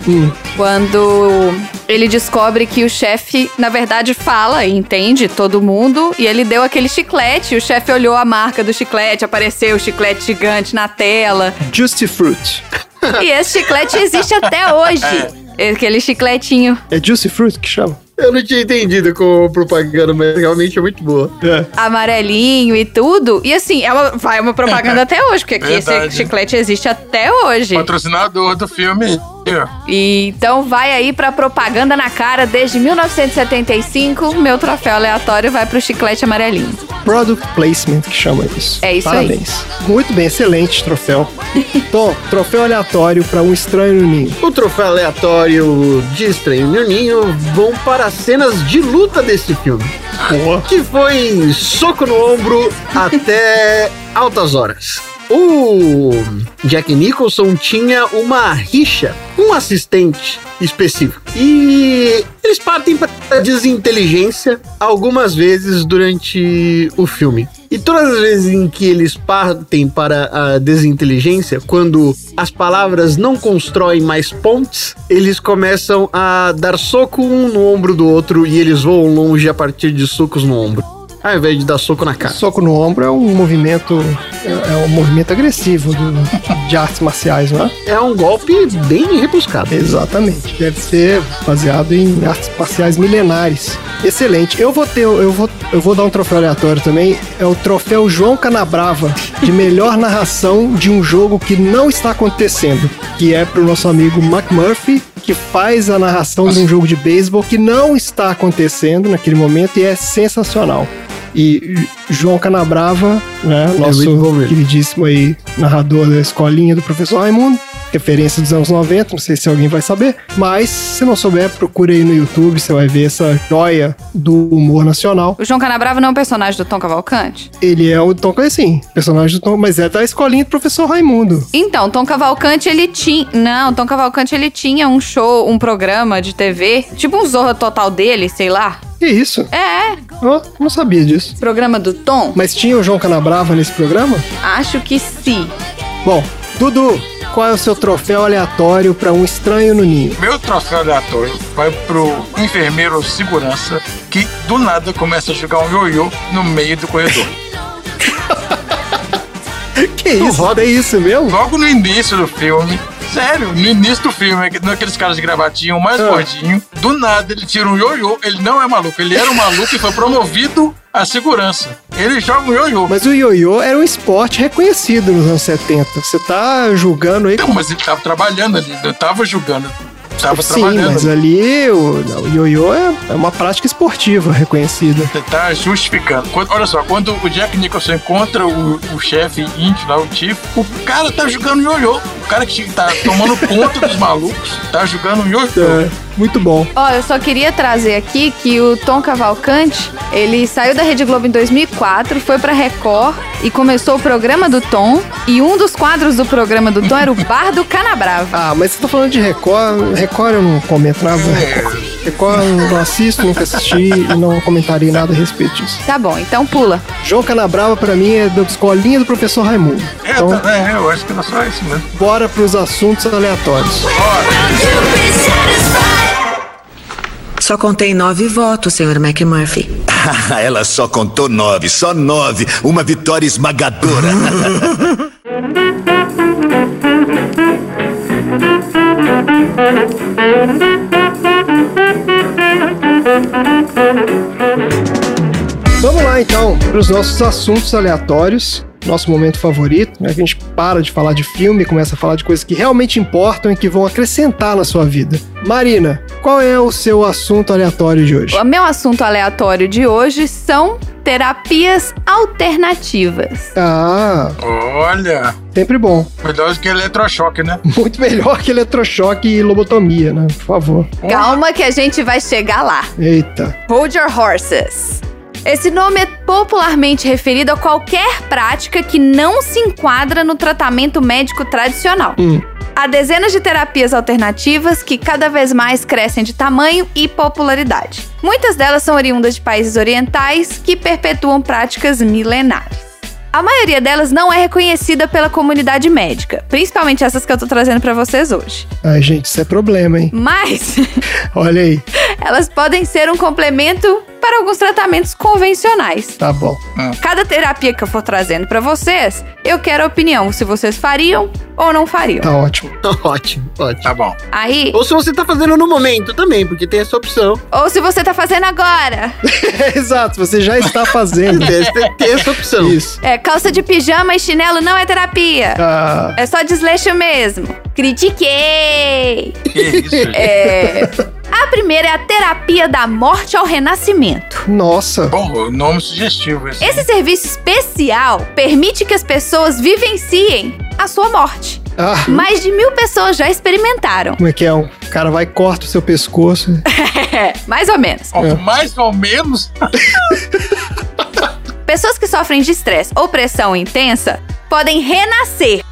S4: Quando ele descobre que o chefe, na verdade, fala e entende todo mundo. E ele deu aquele chiclete. O chefe olhou a marca do chiclete, apareceu o chiclete gigante na tela.
S7: Juicy Fruit.
S4: e esse chiclete existe até hoje. Aquele chicletinho.
S7: É Juicy Fruit que chama?
S1: Eu não tinha entendido como propaganda, mas realmente é muito boa.
S4: amarelinho e tudo. E assim, é uma, vai uma propaganda até hoje, porque aqui esse
S3: Verdade.
S4: chiclete existe até hoje.
S3: Patrocinador do filme. é,
S4: E então vai aí pra propaganda na cara desde 1975. Meu troféu aleatório vai pro chiclete amarelinho.
S7: Product Placement que chama isso.
S4: É isso aí.
S7: Parabéns. Muito bem, excelente troféu. Tom, troféu aleatório para um estranho no ninho.
S1: O troféu aleatório de Estranho no Ninho vão para as cenas de luta desse filme.
S7: Boa.
S1: que foi soco no ombro até altas horas. O Jack Nicholson tinha uma rixa com um assistente específico. E eles partem para desinteligência algumas vezes durante o filme. E todas as vezes em que eles partem para a desinteligência, quando as palavras não constroem mais pontes, eles começam a dar soco um no ombro do outro e eles voam longe a partir de socos no ombro, ao invés de dar soco na cara.
S7: Soco no ombro é um movimento é é um movimento agressivo do- de artes marciais, não é?
S1: É um golpe bem rebuscado. [LAUGHS]
S7: Exatamente. Deve ser baseado em artes marciais milenares. Excelente. Eu vou ter eu vou eu vou dar um troféu aleatório também. É o troféu João Canabrava de melhor narração de um jogo que não está acontecendo, que é pro nosso amigo McMurphy, que faz a narração de um jogo de beisebol que não está acontecendo naquele momento e é sensacional. E João Canabrava, né,
S1: muito
S7: nosso
S1: bom mesmo.
S7: queridíssimo aí narrador da escolinha do professor Raimundo, referência dos anos 90, não sei se alguém vai saber, mas se não souber, procure aí no YouTube, você vai ver essa joia do humor nacional.
S4: O João Canabrava não é um personagem do Tom Cavalcante?
S7: Ele é o Tom Clancy, personagem do Tom, mas é da escolinha do professor Raimundo.
S4: Então, Tom Cavalcante, ele tinha... Não, Tom Cavalcante, ele tinha um show, um programa de TV, tipo um Zorra Total dele, sei lá.
S7: Que isso?
S4: É,
S7: Eu não sabia disso.
S4: programa do Tom?
S7: Mas tinha o João Canabrava nesse programa?
S4: Acho que sim.
S7: Bom, Dudu, qual é o seu troféu aleatório pra um estranho no ninho?
S3: Meu troféu aleatório vai pro enfermeiro ou segurança que do nada começa a jogar um ioiô no meio do corredor.
S7: Que isso? É isso mesmo?
S3: Logo no início do filme, sério, no início do filme, naqueles caras de gravatinho, o mais
S7: Ah.
S3: gordinho, do nada ele tira um ioiô, ele não é maluco, ele era um maluco e foi promovido à segurança. Ele joga um ioiô.
S7: Mas o ioiô era um esporte reconhecido nos anos 70. Você tá julgando aí
S3: Então, mas ele tava trabalhando ali, eu tava julgando, tava
S7: Sim,
S3: trabalhando.
S7: mas ali o não, o ioiô é é uma prática esportiva reconhecida.
S3: Você tá justificando. Quando- olha só, quando o Jack Nicholson encontra o, o chefe índio lá, o Tiff, o cara tá jogando ioiô. O cara que tá tomando conta dos malucos tá jogando ioiô.
S7: É, muito bom.
S4: Ó, eu só queria trazer aqui que o Tom Cavalcante, ele saiu da Rede Globo em 2004, foi pra Record e começou o programa do Tom. E um dos quadros do programa do Tom era o Bar do Canabrava.
S7: Ah, mas você tá falando de Record. Record eu não comento nada. Record eu não assisto, nunca assisti e não comentarei nada a respeito disso.
S4: Tá bom, então pula.
S7: João Canabrava, pra mim, é da escolinha do professor Raimundo.
S3: É,
S7: Então,
S3: tá- é, eu acho que era só isso mesmo.
S7: bora pros assuntos aleatórios.
S8: Só contei nove votos, senhor McMurphy.
S6: Ela só contou nove, só nove. Uma vitória esmagadora.
S7: Vamos lá então para os nossos assuntos aleatórios. Nosso momento favorito, né? Que a gente para de falar de filme e começa a falar de coisas que realmente importam e que vão acrescentar na sua vida. Marina, qual é o seu assunto aleatório de hoje?
S4: O meu assunto aleatório de hoje são terapias alternativas.
S7: Ah,
S3: Olha,
S7: sempre bom. [LAUGHS]
S3: melhor do que eletrochoque, né?
S7: Muito melhor que eletrochoque e lobotomia, né? Por favor.
S4: Calma que a gente vai chegar lá.
S7: Eita.
S4: Hold your horses. Esse nome é popularmente referido a qualquer prática que não se enquadra no tratamento médico tradicional.
S7: Hum.
S4: Há dezenas de terapias alternativas que cada vez mais crescem de tamanho e popularidade. Muitas delas são oriundas de países orientais que perpetuam práticas milenares. A maioria delas não é reconhecida pela comunidade médica, principalmente essas que eu tô trazendo pra vocês hoje.
S7: Ai, gente, isso é problema, hein?
S4: Mas [LAUGHS]
S7: Olha aí.
S4: elas podem ser um complemento para alguns tratamentos convencionais.
S7: Tá bom.
S4: Cada terapia que eu for trazendo pra vocês, eu quero a opinião se vocês fariam ou não fariam.
S7: Tá ótimo. [LAUGHS]
S1: ótimo, ótimo.
S3: Tá bom.
S4: Aí,
S1: Ou se você tá fazendo no momento também, porque tem essa opção.
S4: ou se você tá fazendo agora.
S7: Exato, você já está fazendo.
S1: Tem, tem essa opção. [LAUGHS]
S7: Isso.
S4: É, calça de pijama e chinelo não é terapia.
S7: Ah,
S4: É só desleixo mesmo. Critiquei. [LAUGHS]
S3: Que isso, gente.
S4: É. A primeira é a terapia da morte ao renascimento.
S7: nossa.
S3: Bom, nome sugestivo esse.
S4: Esse serviço especial permite que as pessoas vivenciem a sua morte.
S7: Ah.
S4: Mais de mil pessoas já experimentaram.
S7: Como é que é? O cara vai e corta o seu pescoço.
S4: Mais ou menos.
S3: Ó, Mais ou menos.
S4: Pessoas que sofrem de estresse ou pressão intensa podem renascer,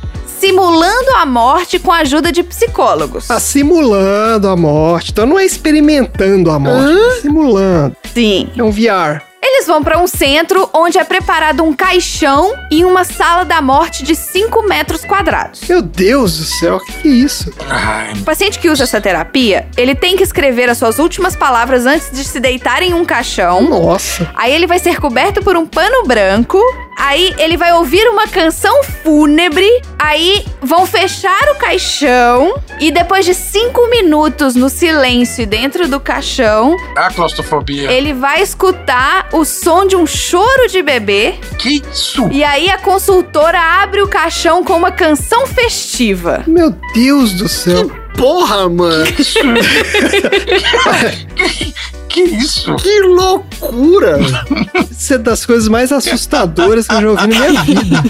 S4: simulando a morte com a ajuda de psicólogos.
S7: Tá simulando a morte. Então não é experimentando a morte, tá simulando.
S4: Sim.
S7: É um VR.
S4: Eles vão para um centro onde é preparado um caixão e uma sala da morte de 5 metros quadrados.
S7: Meu Deus do céu, o que que é isso?
S3: Ai,
S4: O paciente que usa essa terapia, ele tem que escrever as suas últimas palavras antes de se deitar em um caixão.
S7: Nossa.
S4: Aí ele vai ser coberto por um pano branco. Aí ele vai ouvir uma canção fúnebre. Aí vão fechar o caixão. E depois de cinco minutos no silêncio dentro do caixão,
S3: a claustrofobia.
S4: ele vai escutar o som de um choro de bebê.
S3: Que isso?
S4: E aí a consultora abre o caixão com uma canção festiva.
S7: Meu Deus do céu.
S1: Porra, mano.
S3: Que isso?
S1: Que loucura.
S7: Isso é das coisas mais assustadoras que eu já ouvi na minha vida.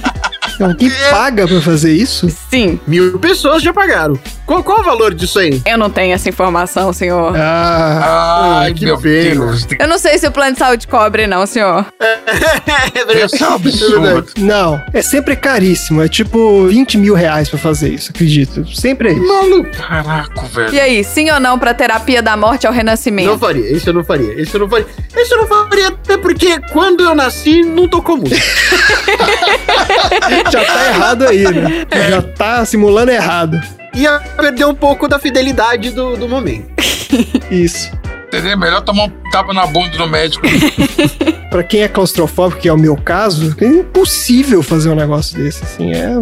S7: Alguém paga pra fazer isso?
S4: Sim,
S1: Mil pessoas já pagaram. Qual, qual o valor disso aí?
S4: eu não tenho essa informação, senhor.
S7: Ah,
S3: Ai,
S1: Ai, que
S3: meu
S1: pena.
S3: Deus.
S4: Eu não sei se o plano de saúde cobre, não, senhor.
S3: Isso
S1: [LAUGHS]
S3: é um absurdo.
S7: não. É sempre caríssimo. É tipo 20 mil reais pra fazer isso, acredito. Sempre é isso.
S1: Maluco.
S3: Caraca, velho.
S4: E aí, sim ou não pra terapia da morte ao
S1: Não
S4: renascimento?
S1: faria, isso eu não faria, isso eu não faria. Isso eu não faria, até porque quando eu nasci, não tocou música.
S7: Já tá errado aí, né? Já tá simulando errado.
S1: Ia perder um pouco da fidelidade do, do momento.
S7: Isso.
S3: Entendeu? Melhor tomar um tapa na bunda do
S4: [LAUGHS]
S3: médico.
S7: Pra quem é claustrofóbico, que é o meu caso, é impossível fazer um negócio desse, assim. É,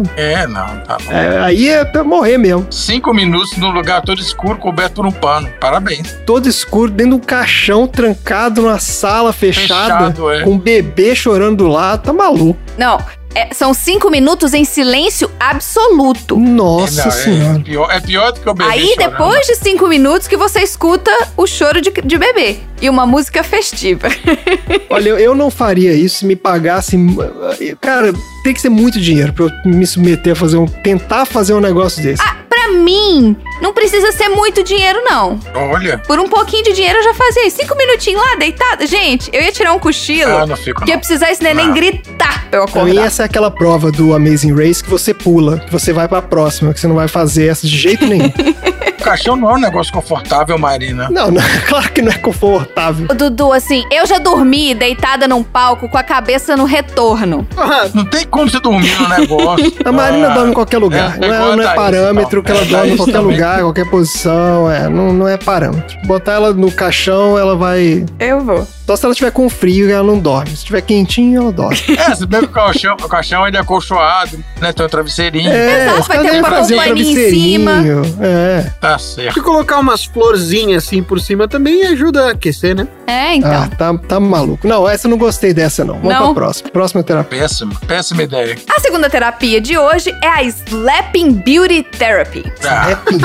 S3: É, não, tá bom.
S7: é- aí é pra morrer mesmo.
S3: Cinco minutos num lugar todo escuro, coberto por um pano. Parabéns.
S7: Todo escuro, dentro de um caixão, trancado numa sala fechada,
S3: Fechado, é.
S7: com um bebê chorando do lado, tá maluco.
S4: Não, é- são cinco minutos em silêncio absoluto.
S7: Nossa
S3: Não, é-
S7: senhora.
S3: É pior, é pior do que o bebê
S4: Aí,
S3: chorando.
S4: depois de cinco minutos, que você escuta o choro de, de bebê e uma música festiva. [LAUGHS]
S7: Olha, eu- eu não faria isso se me pagasse. Cara, tem que ser muito dinheiro pra eu me submeter a fazer um. tentar fazer um negócio desse.
S4: Pra mim, não precisa ser muito dinheiro, não.
S3: Olha.
S4: Por um pouquinho de dinheiro eu já fazia isso. Cinco minutinhos lá, deitada. Gente, eu ia tirar um cochilo.
S3: Ah, não fico,
S4: porque ia
S3: não.
S4: precisar esse neném
S3: Não.
S4: gritar pra eu
S7: Pra mim,
S4: acordar.
S7: essa é aquela prova do Amazing Race que você pula, que você vai pra próxima, que você não vai fazer essa de jeito nenhum.
S3: O caixão não é um negócio confortável, Marina.
S7: não, [LAUGHS] não, claro que não é confortável.
S4: Ô, Dudu, assim, eu já dormi deitada num palco com a cabeça no retorno.
S1: Ah,
S3: Não tem como você dormir no negócio.
S7: [LAUGHS] A Marina
S3: Ah,
S7: dorme em qualquer lugar.
S3: é,
S7: não,
S3: é
S7: é, não
S3: igual
S7: é
S3: a Thaís,
S7: parâmetro
S3: então.
S7: que ela
S3: É,
S7: dorme em
S3: Thaís [LAUGHS]
S7: qualquer
S3: também.
S7: lugar, qualquer posição. É, não, não é parâmetro. Botar ela no caixão, ela vai.
S4: Eu vou.
S7: Só se ela tiver com frio, ela não dorme. Se tiver quentinho, ela dorme.
S3: É, se bem que o caixão, o caixão ele é acolchoado, né? Tem um travesseirinho.
S4: Exato,
S7: os caras
S4: [LAUGHS] vai ter
S7: devem
S4: uma
S7: fazer
S4: companhia em
S7: travesseirinho, É.
S3: Tá
S1: se
S3: certo.
S1: colocar umas florzinhas assim por cima também ajuda a aquecer, né?
S4: É, então.
S7: Ah, tá, tá maluco. Não, essa eu não gostei dessa, não. Vamos
S4: Não?
S7: pra próxima. Próxima terapia.
S3: Péssima, péssima ideia.
S4: A segunda terapia de hoje é a Slapping Beauty Therapy.
S3: Ah,
S7: É
S3: que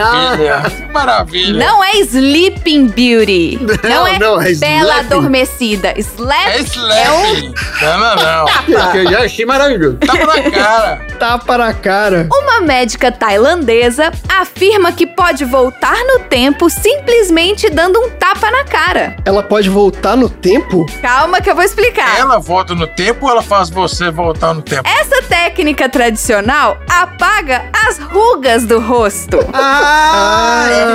S3: maravilha. Que maravilha.
S4: Não é Sleeping Beauty. Não,
S1: Não,
S4: é,
S1: não, é
S4: Bela
S1: slapping.
S4: Adormecida. Slap
S3: É slap. Não, não, não.
S1: Que eu já achei maravilhoso.
S3: Tapa na
S4: [LAUGHS]
S3: cara.
S7: Tapa na Tá cara.
S4: Uma médica tailandesa afirma que pode voltar no tempo simplesmente dando um tapa na cara.
S7: Ela pode voltar no tempo?
S4: Calma que eu vou explicar.
S3: Ela volta no tempo ou ela faz você voltar no tempo?
S4: Essa técnica tradicional apaga as rugas do rosto,
S7: Ah.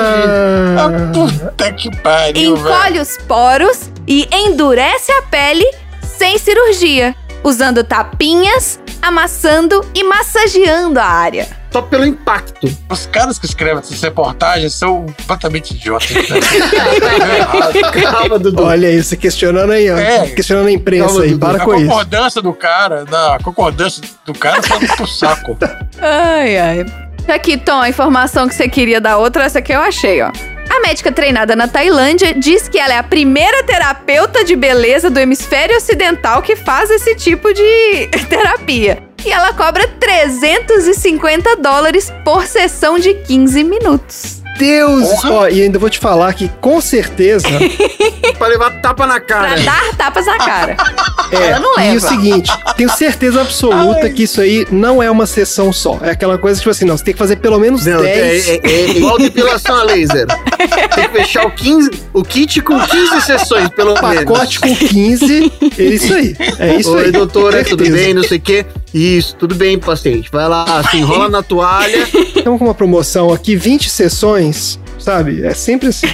S3: Ah, puta que pariu, velho.
S4: encolhe os poros e endurece a pele sem cirurgia, usando tapinhas, amassando e massageando a área.
S1: Só pelo impacto.
S3: Os caras que escrevem essas reportagens são completamente idiotas.
S4: [LAUGHS]
S3: Né?
S1: Calma, Dudu.
S7: Olha aí, você questionando aí, ó.
S3: É.
S7: Questionando a imprensa
S1: Calma,
S7: aí.
S1: Dudu.
S7: Para
S3: a
S7: com isso.
S3: concordância do cara, da a concordância do cara foi
S7: [LAUGHS]
S3: pro saco.
S4: Ai, ai. Tá Aqui, Tom, a informação que você queria da outra, essa aqui eu achei, ó. A médica treinada na Tailândia diz que ela é a primeira terapeuta de beleza do hemisfério ocidental que faz esse tipo de [LAUGHS] terapia. E ela cobra 350 dólares por sessão de 15 minutos.
S7: Deus!
S3: Porra.
S7: Ó, e ainda vou te falar que com certeza
S1: Pra levar tapa na
S4: Pra
S1: cara.
S4: dar tapas na cara.
S7: é.
S4: [LAUGHS] Ela não leva.
S7: E o seguinte, tenho certeza absoluta que isso aí não é uma sessão só. É aquela coisa tipo assim, não, você tem que fazer pelo menos
S1: Não, é,
S7: 10.
S1: é- é igual depilação a laser. Tem que fechar o, 15, o kit com 15 sessões, pelo menos.
S7: Pacote com 15, é isso aí. É isso
S1: Oi,
S7: aí.
S1: doutora,
S7: Com
S1: tudo
S7: certeza.
S1: bem? Não sei o quê. Isso, tudo bem, paciente. Vai lá, se enrola
S7: [LAUGHS]
S1: na toalha.
S7: Estamos com uma promoção aqui, 20 sessões, sabe? É sempre assim.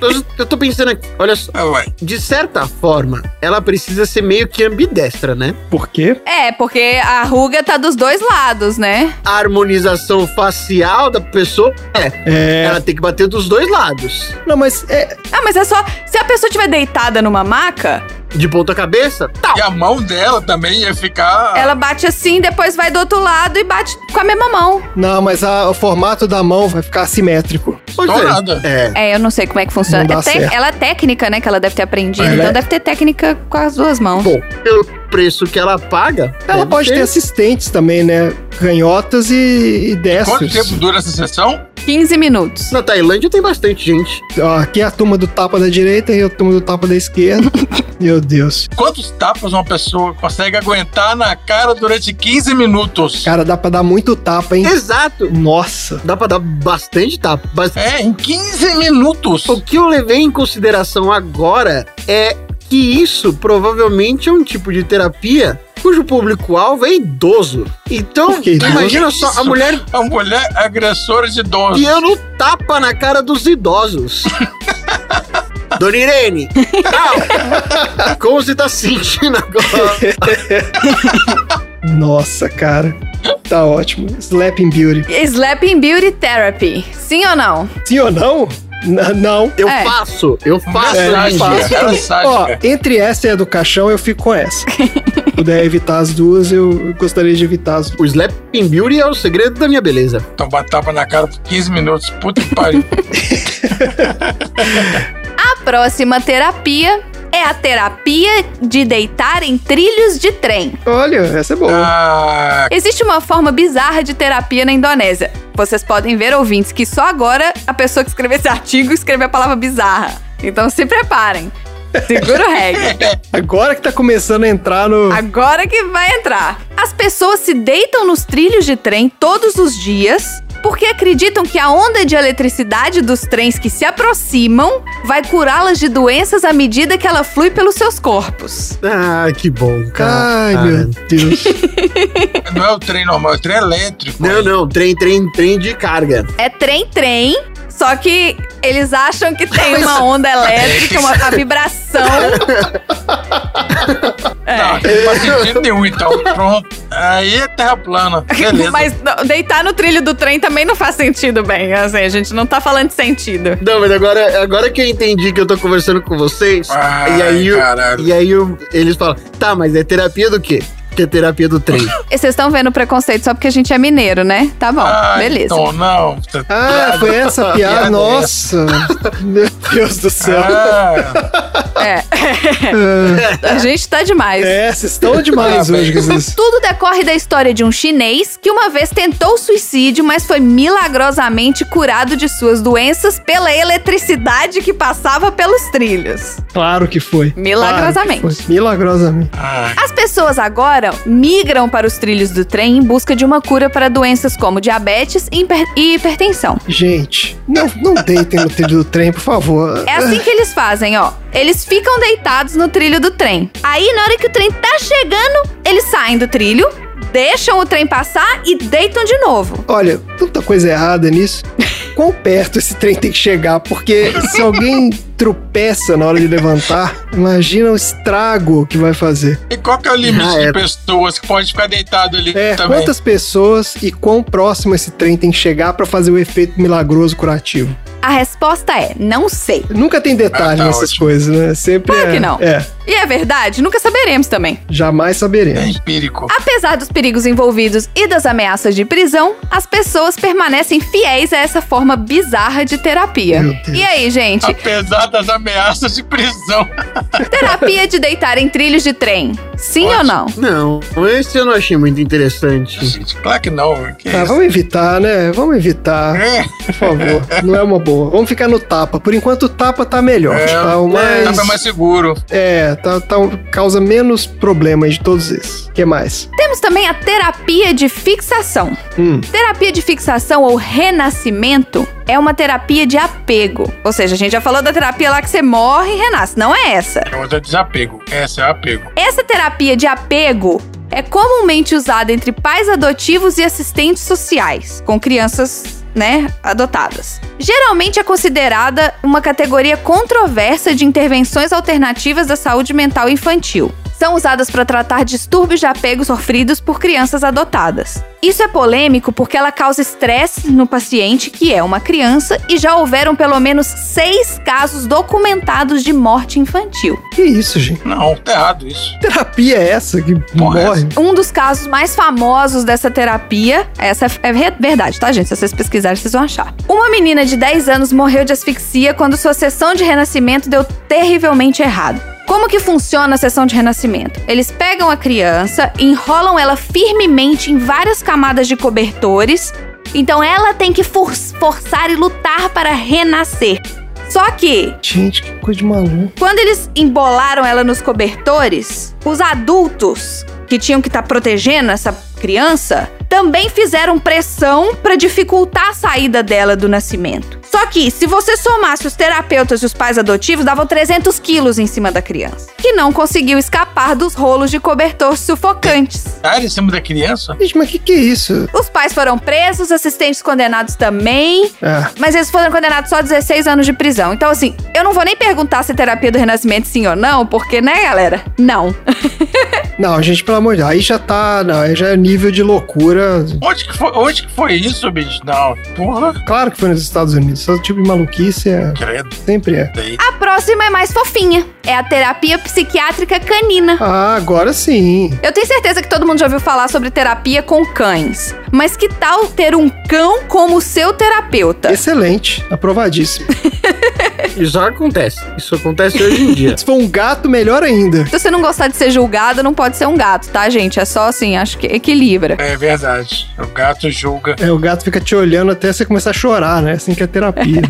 S1: Eu, eu tô pensando aqui, olha só.
S3: Ah, ué.
S1: De certa forma, ela precisa ser meio que ambidestra, né?
S7: Por quê?
S4: É, porque a ruga tá dos dois lados, né?
S1: A harmonização facial da pessoa, é,
S7: É.
S1: ela tem que bater dos dois lados.
S7: Não, mas é.
S4: Ah, mas é só. Se a pessoa estiver deitada numa maca,
S1: De ponta cabeça, tá
S4: Tá.
S1: tal.
S3: E a mão dela também ia
S7: Ah.
S3: ficar.
S4: ela bate assim, depois vai do outro lado e bate com a mesma mão.
S7: Não, mas a- o formato da mão vai ficar assimétrico.
S1: Pois é.
S3: Estourada.
S1: É.
S4: É, eu não sei como é que funciona.
S7: Não dá
S4: É tec-
S7: certo.
S4: ela é técnica, né? Que ela deve ter aprendido.
S7: Ela
S4: então
S7: é-
S4: deve ter técnica com as duas mãos.
S1: Bom, pelo preço que ela paga,
S7: Ela
S1: deve
S7: pode
S1: ser
S7: ter assistentes também, né? Ganhotas e, e
S3: Quanto
S7: destros.
S3: tempo dura essa sessão?
S4: 15 minutos.
S1: Na Tailândia tem bastante gente.
S7: Ó, aqui é a turma do tapa da direita e a turma do tapa da esquerda. Meu Deus.
S3: Quantos tapas uma pessoa consegue aguentar na cara durante 15 minutos?
S7: Cara, dá pra dar muito tapa, hein?
S1: Exato.
S7: Nossa.
S1: Dá pra dar bastante tapa. Mas
S3: É, em 15 minutos.
S1: o que eu levei em consideração agora é que isso provavelmente é um tipo de terapia cujo público-alvo é idoso. Então,
S7: Por que idoso?
S1: imagina só, a
S3: Isso.
S1: mulher
S3: A mulher agressora de idosos.
S1: piano tapa na cara
S7: [LAUGHS]
S1: dos idosos. Dona Irene, calma. Como você tá se sentindo agora?
S7: Nossa, cara. Tá ótimo. Slapping Beauty.
S4: Slapping Beauty Therapy. Sim ou não?
S7: Sim ou não? N- não.
S1: Eu
S4: É.
S1: faço, eu faço.
S7: É,
S3: Sádica,
S7: fácil.
S3: ela é sádica.
S7: Ó, entre essa e a do caixão, eu fico com essa. Se puder evitar as duas, eu gostaria de evitar as duas.
S1: O Slapping Beauty é o segredo da minha beleza.
S3: Então bate tapa na cara por 15 minutos. Puta
S7: [LAUGHS]
S3: que pariu.
S4: A próxima terapia é a terapia de deitar em trilhos de trem.
S7: Olha, essa é boa.
S3: ah,
S4: Existe uma forma bizarra de terapia na Indonésia. Vocês podem ver, ouvintes, que só agora a pessoa que escreveu esse [LAUGHS] artigo escreveu a palavra bizarra. Então se preparem. Segura o reggae.
S7: Agora que tá começando a entrar no.
S4: Agora que vai entrar. As pessoas se deitam nos trilhos de trem todos os dias porque acreditam que a onda de eletricidade dos trens que se aproximam vai curá-las de doenças à medida que ela flui pelos seus corpos.
S1: Ah, que bom, cara.
S3: Ah,
S7: Ai, meu Deus.
S3: não é o trem normal, é o trem elétrico.
S1: Não, não, trem, trem, trem de carga.
S4: É trem-trem, só que eles acham que tem
S3: é.
S4: uma onda elétrica, uma a vibração.
S3: Não, não faz sentido nenhum, então. Pronto. Aí [LAUGHS] é terra plana. Beleza.
S4: [LAUGHS] Mas não, deitar no trilho do trem também não faz sentido bem. Assim, a gente não tá falando de sentido.
S1: Não, mas agora, agora que eu entendi que eu tô conversando com vocês,
S3: Ai,
S1: e aí, eu-
S3: caralho.
S1: e aí eu- eles falam, tá, mas é terapia do quê? Que é terapia do
S3: [LAUGHS]
S1: trem.
S4: E Vocês estão vendo o preconceito só porque a gente é mineiro, né? Tá bom,
S3: Ah,
S4: beleza.
S3: Então, não. Tá-
S7: Ah, foi essa
S3: Piada é
S7: piada? Nossa. Meu Deus do céu.
S3: Ah,
S4: É. [LAUGHS] a gente tá demais.
S7: É, vocês estão demais
S3: Ah,
S7: hoje,
S3: bem.
S7: Jesus.
S4: Tudo decorre da história de um chinês que uma vez tentou suicídio, mas foi milagrosamente curado de suas doenças pela eletricidade que passava pelos trilhos.
S7: Claro que foi.
S4: Milagrosamente.
S7: Claro que foi. Milagrosamente.
S3: ah,
S4: As pessoas agora migram para os trilhos do trem em busca de uma cura para doenças como diabetes e hiper- e hipertensão.
S7: Gente, não, não deitem no trilho do trem, por favor.
S4: É assim que eles fazem, ó. Eles ficam deitados no trilho do trem. Aí, na hora que o trem tá chegando, eles saem do trilho, deixam o trem passar e deitam de novo.
S7: Olha, tanta coisa errada nisso. Quão perto esse trem tem que chegar? Porque se alguém tropeça na hora de levantar, imagina o estrago que vai fazer.
S3: E qual que é o limite
S1: Ah, é.
S3: de pessoas que pode ficar deitado ali
S7: É,
S3: também?
S7: quantas pessoas e quão próximo esse trem tem que chegar pra fazer o efeito milagroso curativo?
S4: A resposta é: não sei.
S7: Nunca tem detalhe
S3: Ah, tá
S7: nessas
S3: ótimo.
S7: coisas, né? Sempre
S4: Claro
S7: é,
S4: que não.
S7: É,
S4: E é verdade, nunca saberemos também.
S7: jamais
S3: É
S7: saberemos.
S3: empírico.
S4: Apesar dos perigos envolvidos e das ameaças de prisão, as pessoas permanecem fiéis a essa forma bizarra de terapia.
S7: Meu Deus.
S4: E aí,
S7: Ah,
S4: gente?
S3: Apesar das ameaças de prisão.
S4: Terapia de deitar em trilhos de trem. Sim ou não?
S1: não, esse eu não achei muito interessante.
S3: Gente, claro que não. Que
S7: Ah,
S3: isso?
S7: vamos evitar, né? Vamos evitar.
S3: É.
S7: Por favor, não é uma boa. Vamos ficar no tapa. Por enquanto o tapa tá melhor.
S3: É,
S7: tá o mais.
S3: Tava mais seguro.
S7: É, tá, tá um- causa menos problema de todos esses. O que mais?
S4: Temos também a terapia de fixação.
S7: Hum.
S4: Terapia de fixação ou renascimento é uma terapia de apego. Ou seja, a gente já falou da terapia lá que você morre e renasce. Não é essa.
S3: É outra desapego. Essa é o apego.
S4: Essa terapia de apego é comumente usada entre pais adotivos e assistentes sociais, com crianças, né, adotadas. Geralmente é considerada uma categoria controversa de intervenções alternativas da saúde mental infantil. São usadas para tratar distúrbios de apego sofridos por crianças adotadas. Isso é polêmico porque ela causa estresse no paciente, que é uma criança, e já houveram pelo menos seis casos documentados de morte infantil.
S7: Que isso, gente?
S3: Não, tá errado isso.
S7: Que terapia é essa que
S3: Porra,
S7: morre?
S4: Um dos casos mais famosos dessa terapia, essa é re- verdade, tá, gente? Se vocês pesquisarem, vocês vão achar. Uma menina de 10 anos morreu de asfixia quando sua sessão de renascimento deu terrivelmente errado. Como que funciona a sessão de renascimento? Eles pegam a criança, enrolam ela firmemente em várias camadas de cobertores, então ela tem que fur- esforçar e lutar para renascer. Só que,
S7: Gente, que coisa de maluco.
S4: quando eles embolaram ela nos cobertores, os adultos que tinham que estar protegendo essa criança também fizeram pressão para dificultar a saída dela do nascimento. Só que, se você somasse os terapeutas e os pais adotivos, davam 300 quilos em cima da criança, que não conseguiu escapar dos rolos de cobertor sufocantes.
S3: Cara, Ah, é em cima da criança?
S7: Gente, mas que que é isso?
S4: Os pais foram presos, assistentes condenados também,
S7: Ah,
S4: mas eles foram condenados só a 16 anos de prisão. Então, assim, eu não vou nem perguntar se é terapia do renascimento sim ou não, porque, né, galera? Não.
S7: não, gente, pelo amor de Deus. Aí já tá. Não, aí já é nível de loucura.
S3: Onde que foi, onde que foi isso, bicho? Não, porra,
S7: Claro que foi nos Estados Unidos. Esse tipo de maluquice é,
S3: credo.
S7: sempre é.
S3: Daí,
S4: A próxima é mais fofinha. É a terapia psiquiátrica canina.
S7: Ah, agora sim.
S4: Eu tenho certeza que todo mundo já ouviu falar sobre terapia com cães. Mas que tal ter um cão como seu terapeuta?
S7: Excelente. Aprovadíssimo.
S1: Isso acontece. Isso acontece hoje
S3: [LAUGHS]
S1: em dia.
S7: Se for um gato, melhor ainda.
S4: Se você não gostar de ser julgado, não pode ser um gato, tá, gente? É só assim, acho que equilibra.
S3: é verdade. O gato julga.
S7: É, o gato fica te olhando até você começar a chorar, né? Assim que é terapia. né?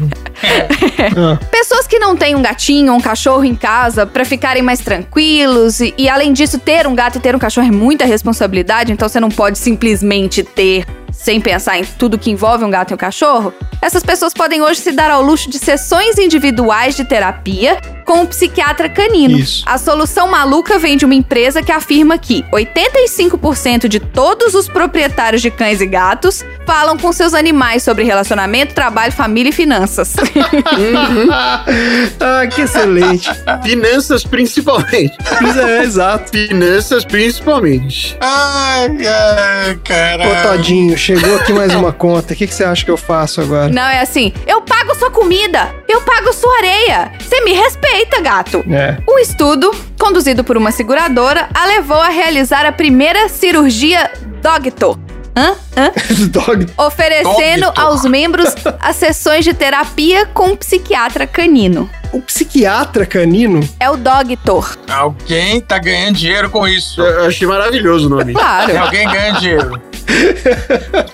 S7: Ah,
S4: Pessoas que não têm um gatinho ou um cachorro em casa pra ficarem mais tranquilos e, e, além disso ter um gato e ter um cachorro é muita responsabilidade, então você não pode simplesmente ter sem pensar em tudo que envolve um gato e um cachorro. Essas pessoas podem hoje se dar ao luxo de sessões individuais de terapia com um psiquiatra canino.
S7: Isso.
S4: A solução maluca vem de uma empresa que afirma que 85% de todos os proprietários de cães e gatos falam com seus animais sobre relacionamento, trabalho, família e finanças.
S7: ah, que excelente.
S1: Finanças principalmente.
S7: Pois é, exato.
S1: Finanças principalmente.
S3: Ah. Ai, ai,
S7: Ô,
S3: caralho.
S7: Todinho, chegou aqui mais uma conta. O que, que você acha que eu faço
S4: [LAUGHS]
S7: agora?
S4: Não, é assim, eu pago sua comida, eu pago sua areia. Você me respeita, gato.
S7: É.
S4: Um estudo, conduzido por uma seguradora, a levou a realizar a primeira cirurgia Dogtor. Hã? Hã?
S7: Dog.
S4: Oferecendo
S3: Dogtor.
S4: aos membros as sessões de terapia com um psiquiatra canino.
S7: O psiquiatra canino?
S4: É o Dogtor.
S3: Alguém tá ganhando dinheiro com isso.
S1: Eu achei maravilhoso o nome.
S4: Claro.
S3: Alguém ganha dinheiro.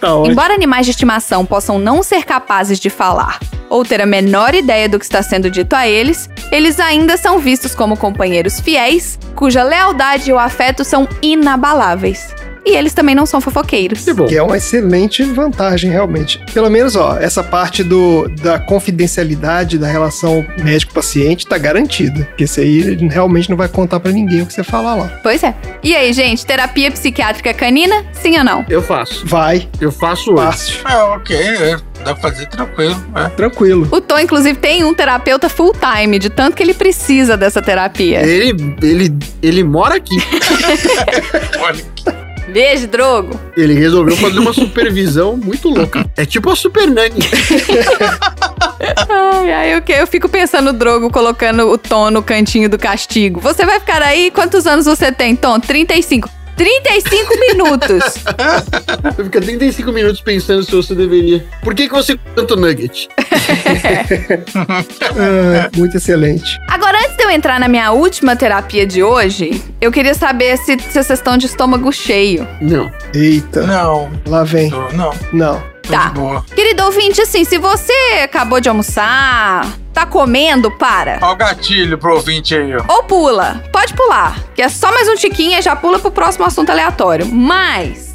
S7: Tá ótimo.
S4: Embora animais de estimação possam não ser capazes de falar ou ter a menor ideia do que está sendo dito a eles, eles ainda são vistos como companheiros fiéis, cuja lealdade e o afeto são inabaláveis. E eles também não são fofoqueiros.
S1: Que bom.
S7: Que é uma excelente vantagem, realmente. Pelo menos, ó, essa parte do, da confidencialidade da relação médico-paciente tá garantida. Porque isso aí realmente não vai contar pra ninguém o que você falar lá.
S4: Pois é. E aí, gente, terapia psiquiátrica canina? Sim ou não?
S1: Eu faço.
S7: Vai,
S1: Eu faço hoje.
S7: fácil,
S3: É, ok, é, dá pra fazer tranquilo. É.
S7: tranquilo.
S4: O Tom, inclusive, tem um terapeuta full-time, de tanto que ele precisa dessa
S3: Ah.
S4: terapia.
S1: Ele, ele, ele mora aqui.
S3: Olha,
S4: Beijo, drogo.
S1: Ele resolveu fazer
S3: [LAUGHS]
S1: uma supervisão muito louca. É tipo a Super Nanny.
S4: Ai, ai, eu, que- eu fico pensando o Drogo colocando o Tom no cantinho do castigo. Você vai ficar aí? Quantos anos você tem, Tom? 35. 35 [LAUGHS] minutos!
S1: Você fica 35 minutos pensando se você deveria. Por que, que você come tanto nugget?
S7: Ah, muito excelente.
S4: Agora, antes de eu entrar na minha última terapia de hoje, eu queria saber se, se vocês estão de estômago cheio.
S1: Não.
S7: Eita,
S3: não,
S7: lá vem.
S3: tô- não,
S7: Não.
S3: tô
S4: Tá.
S3: de boa.
S4: Querido ouvinte, assim, se você acabou de almoçar, tá comendo, para.
S3: Ó o gatilho pro ouvinte aí, ó.
S4: Ou pula. Pode pular. Que é só mais um tiquinho e já pula pro próximo assunto aleatório. Mas.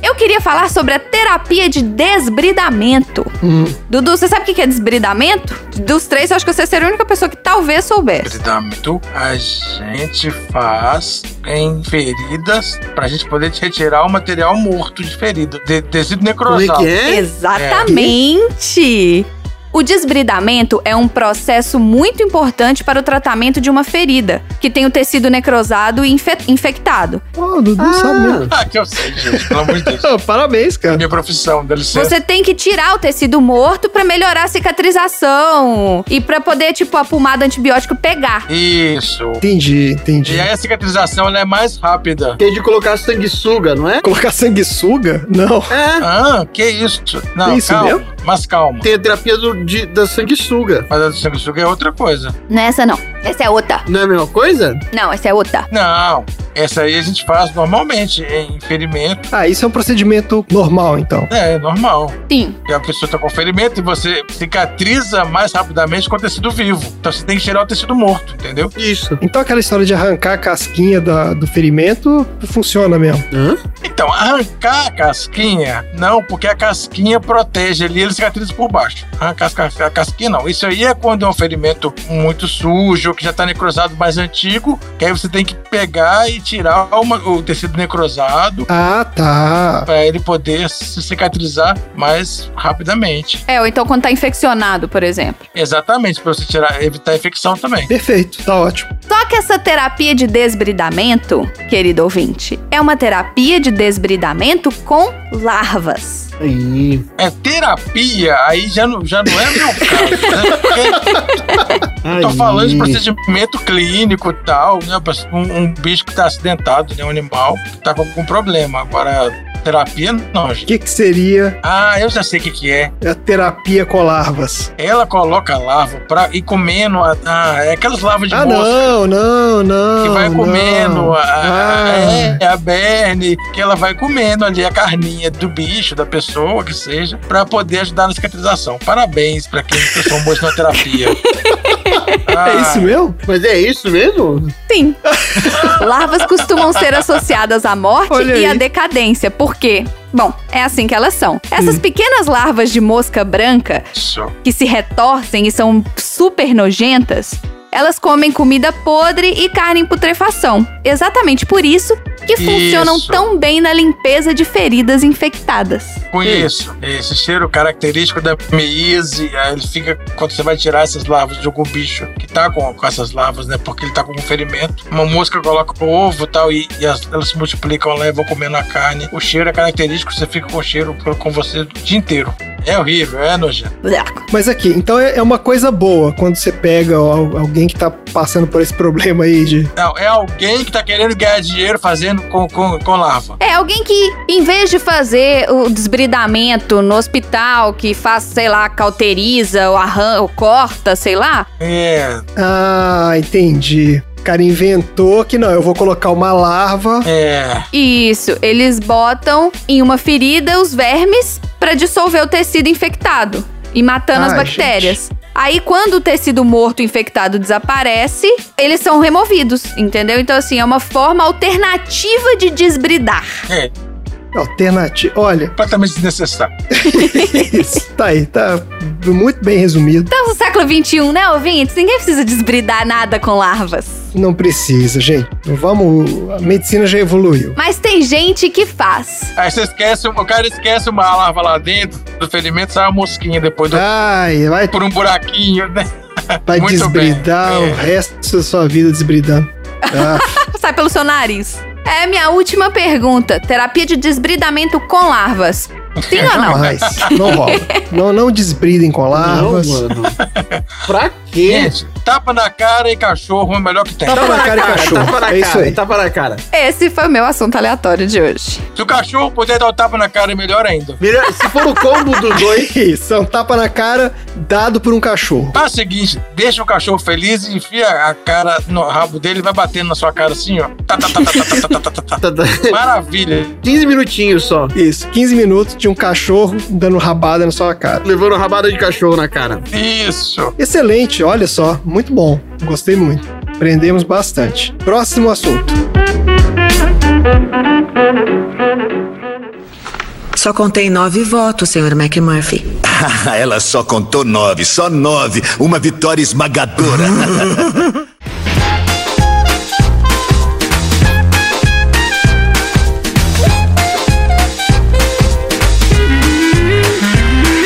S4: Eu queria falar sobre a terapia de desbridamento.
S7: Hum,
S4: Dudu, você sabe o que que é desbridamento? Dos três, eu acho que você seria a única pessoa que talvez soubesse.
S3: Desbridamento a gente faz em feridas pra gente poder te retirar o material morto de ferida, de tecido
S1: Como é
S3: necrosal.
S1: que é?
S4: Exatamente! O desbridamento é um processo muito importante para o tratamento de uma ferida, que tem o tecido necrosado e infe- infectado.
S7: ó, o Dudu sabe mesmo.
S1: Ah,
S3: Ah, que eu sei, gente, pelo amor de Deus. [LAUGHS]
S7: Ah, parabéns, cara.
S3: Minha profissão, dá licença.
S4: Você tem que tirar o tecido morto para melhorar a cicatrização e para poder, tipo, a pomada antibiótico pegar.
S3: Isso.
S7: Entendi, entendi.
S3: E aí a cicatrização ela é mais rápida.
S1: Tem é de colocar sanguessuga, não é?
S7: Colocar sanguessuga? Não.
S1: É.
S3: Ah, que isso? Não,
S7: Tem isso
S3: calma. Mas calma.
S1: Tem a terapia do, de- da sanguessuga.
S3: Mas a do sanguessuga é outra coisa.
S4: Não é essa não. Essa é outra.
S1: Não é a mesma coisa?
S4: Não, essa é outra.
S3: Não, Essa aí a gente faz normalmente em ferimento.
S7: Ah, isso é um procedimento normal, então.
S3: É, é normal.
S4: Sim.
S3: E a pessoa tá com ferimento e você cicatriza mais rapidamente com o tecido vivo. Então você tem que tirar o tecido morto, entendeu?
S1: Isso.
S7: Então aquela história de arrancar a casquinha da- do ferimento funciona mesmo.
S1: Hã?
S3: Então, arrancar a casquinha, não, porque a casquinha protege ali, ele cicatriza por baixo. Arrancar as ca- a casquinha, não. Isso aí é quando é um ferimento muito sujo, que já tá necrosado mais antigo, que aí você tem que pegar e tirar uma- o tecido necrosado
S7: Ah, tá.
S3: para ele poder se cicatrizar mais rapidamente.
S4: É, ou então quando tá infeccionado, por exemplo.
S3: Exatamente, para você tirar, evitar a infecção também.
S7: Perfeito, tá ótimo.
S4: Só que essa terapia de desbridamento, querido ouvinte, é uma terapia de desbridamento com larvas.
S1: Aí.
S3: É terapia, aí já não, já não é meu caso, né? Porque Tô
S1: aí.
S3: falando de procedimento clínico e tal, né? Um, um bicho que tá acidentado, né? Um animal que tá com algum problema. Agora, terapia, não,
S7: O
S3: gente.
S7: que, que seria
S3: Ah, eu já sei o que, que é.
S7: a terapia com larvas?
S3: Ela coloca a larva pra ir comendo. A, ah, é aquelas larvas de
S7: ah,
S3: mosca.
S7: não, não, não.
S3: Que vai
S7: Ah, não.
S3: comendo a, a-
S7: Ah.
S3: é, a berne, que ela vai comendo ali a carninha do bicho, da pessoa, que seja, pra poder ajudar na cicatrização. Parabéns pra quem um transformou isso na
S7: [LAUGHS]
S3: terapia. Ah,
S7: É isso mesmo?
S1: Mas é isso mesmo?
S4: Sim. [LAUGHS] Larvas costumam ser associadas à morte
S7: Olha
S4: e à
S7: aí.
S4: decadência. Por quê? Bom, é assim que elas são. Essas
S7: Hum.
S4: pequenas larvas de mosca branca
S3: isso.
S4: que se retorcem e são super nojentas, elas comem comida podre e carne em putrefação. Exatamente por isso que
S3: Isso.
S4: funcionam tão bem na limpeza de feridas infectadas.
S3: Conheço. Esse cheiro característico da miíase, aí ele fica quando você vai tirar essas larvas de algum bicho que tá com, com essas larvas, né? Porque ele tá com um ferimento. Uma mosca coloca o ovo e tal, e, e as- elas se multiplicam lá e vão comendo a carne. O cheiro é característico, você fica com o cheiro pro- com você o dia inteiro. É horrível, é nojento.
S7: Mas aqui, então é é uma coisa boa quando você pega al- alguém que tá passando por esse problema aí de.
S3: Não, é alguém que tá querendo ganhar dinheiro fazendo com, com, com larva.
S4: É alguém que, em vez de fazer o desbridamento no hospital, que faz, sei lá, cauteriza ou arranca ou corta, sei lá,
S3: É,
S7: Ah, entendi. O cara inventou que não, eu vou colocar uma larva.
S3: é.
S4: Isso, eles botam em uma ferida os vermes pra dissolver o tecido infectado e matando as
S7: Ai,
S4: bactérias. Aí, quando o tecido morto infectado desaparece, eles são removidos, entendeu? Então, assim, é uma forma alternativa de desbridar.
S3: É,
S7: Alternativa. Olha, [LAUGHS]
S3: completamente desnecessário.
S7: isso tá aí, tá muito bem resumido.
S4: Então, no século XXI, né, ouvintes? Ninguém precisa desbridar nada com larvas.
S7: Não precisa, gente. Vamos. A medicina já evoluiu.
S4: Mas tem gente que faz.
S3: Aí você esquece, o cara esquece uma larva lá dentro, do ferimento sai uma mosquinha depois do
S7: Ai, vai,
S3: por um buraquinho, né?
S7: vai
S3: [LAUGHS] Muito
S7: desbridar
S3: bem,
S7: o
S3: é.
S7: resto da sua vida desbridando. Ah,
S4: Sai pelo seu nariz. É minha última pergunta. Terapia de desbridamento com larvas. Sim ou não?
S7: jamais. Não rola. Não, não desbridem com larvas.
S1: Não,
S7: [LAUGHS]
S1: mano. Pra quê? Tá
S3: Gente, tapa na cara e cachorro é o melhor que tem.
S7: Tapa É, tá na cara e cachorro.
S1: Tapa na
S7: É isso
S1: cara,
S7: aí.
S1: tapa na cara.
S4: Esse foi o meu assunto aleatório de hoje.
S3: Se o cachorro puder dar o tapa na cara, é melhor ainda.
S1: Mira- se for o combo dos dois,
S7: Isso, é um tapa na cara dado por um cachorro.
S3: Faz o seguinte, deixa o cachorro feliz e enfia a cara no rabo dele e vai batendo na sua cara assim, ó. Tá, tá, tá, tá, tá, tá, tá, tá, tá, tá.
S1: tá- tá- [LAUGHS]
S3: Maravilha.
S1: 15 minutinhos só.
S7: Isso, 15 minutos de um cachorro dando rabada na sua cara.
S1: Levando rabada de cachorro na cara.
S3: Isso.
S7: Excelente, olha só, muito bom. Gostei muito. Aprendemos bastante. Próximo assunto.
S8: Só contei nove votos, senhor McMurphy.
S6: Ela só contou nove, só nove. Uma vitória esmagadora.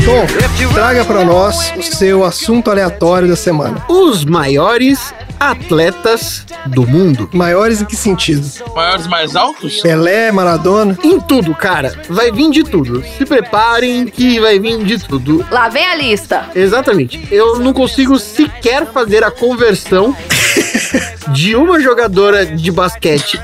S7: Tom, traga pra nós o seu assunto aleatório da semana.
S1: Os maiores atletas do mundo.
S7: Maiores em que sentido?
S3: Maiores mais altos?
S7: Pelé, Maradona?
S1: Em tudo, cara. Vai vir de tudo. Se preparem que vai vir de tudo.
S4: Lá vem a lista.
S1: Exatamente. Eu não consigo sequer fazer a conversão de uma jogadora de basquete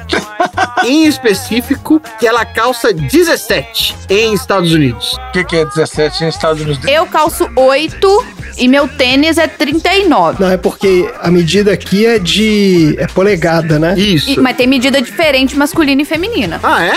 S1: em específico que ela calça 17 em Estados Unidos.
S3: O que, que é 17 em Estados Unidos?
S4: Eu calço oito E meu tênis é 39.
S7: Não, é porque a medida aqui é de. é polegada, né?
S1: Isso.
S4: E- mas tem medida diferente masculina e feminina.
S1: Ah, é?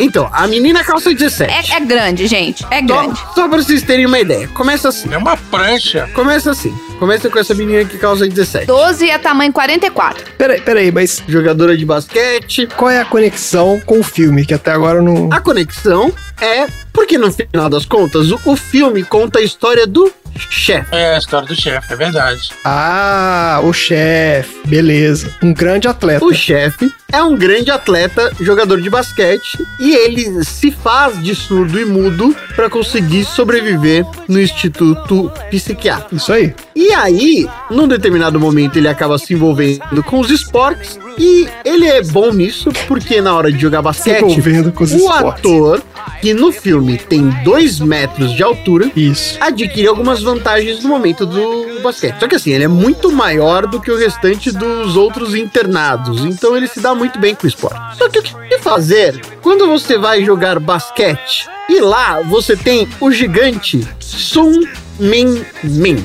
S1: Então, a menina calça 17.
S4: É, é grande, gente. É
S1: Só,
S4: grande.
S1: só pra vocês terem uma ideia. Começa assim.
S3: É uma prancha.
S1: Começa assim. Começa com essa menina que calça 17.
S4: 12 é tamanho 44.
S7: Peraí, peraí, mas
S1: Jogadora de basquete.
S7: qual é a conexão com o filme? Que até agora eu não.
S1: A conexão é porque no final das contas o, o filme conta a história do chefe.
S3: É a história do chefe, é verdade.
S7: Ah, o chefe. Beleza. Um grande atleta.
S1: O chefe é um grande atleta, jogador de basquete, e ele se faz de surdo e mudo para conseguir sobreviver no instituto psiquiátrico.
S7: Isso aí.
S1: E aí, num determinado momento, ele acaba se envolvendo com os esportes e ele é bom nisso porque na hora de jogar
S7: Se
S1: basquete,
S7: envolvendo com os
S1: o
S7: esportes.
S1: ator que no filme tem dois metros de altura
S7: Isso.
S1: adquire algumas vantagens no momento do basquete. Só que assim, ele é muito maior do que o restante dos outros internados, então ele se dá muito bem com o esporte. Só que o que fazer quando você vai jogar basquete e lá você tem o gigante Sun Min Min?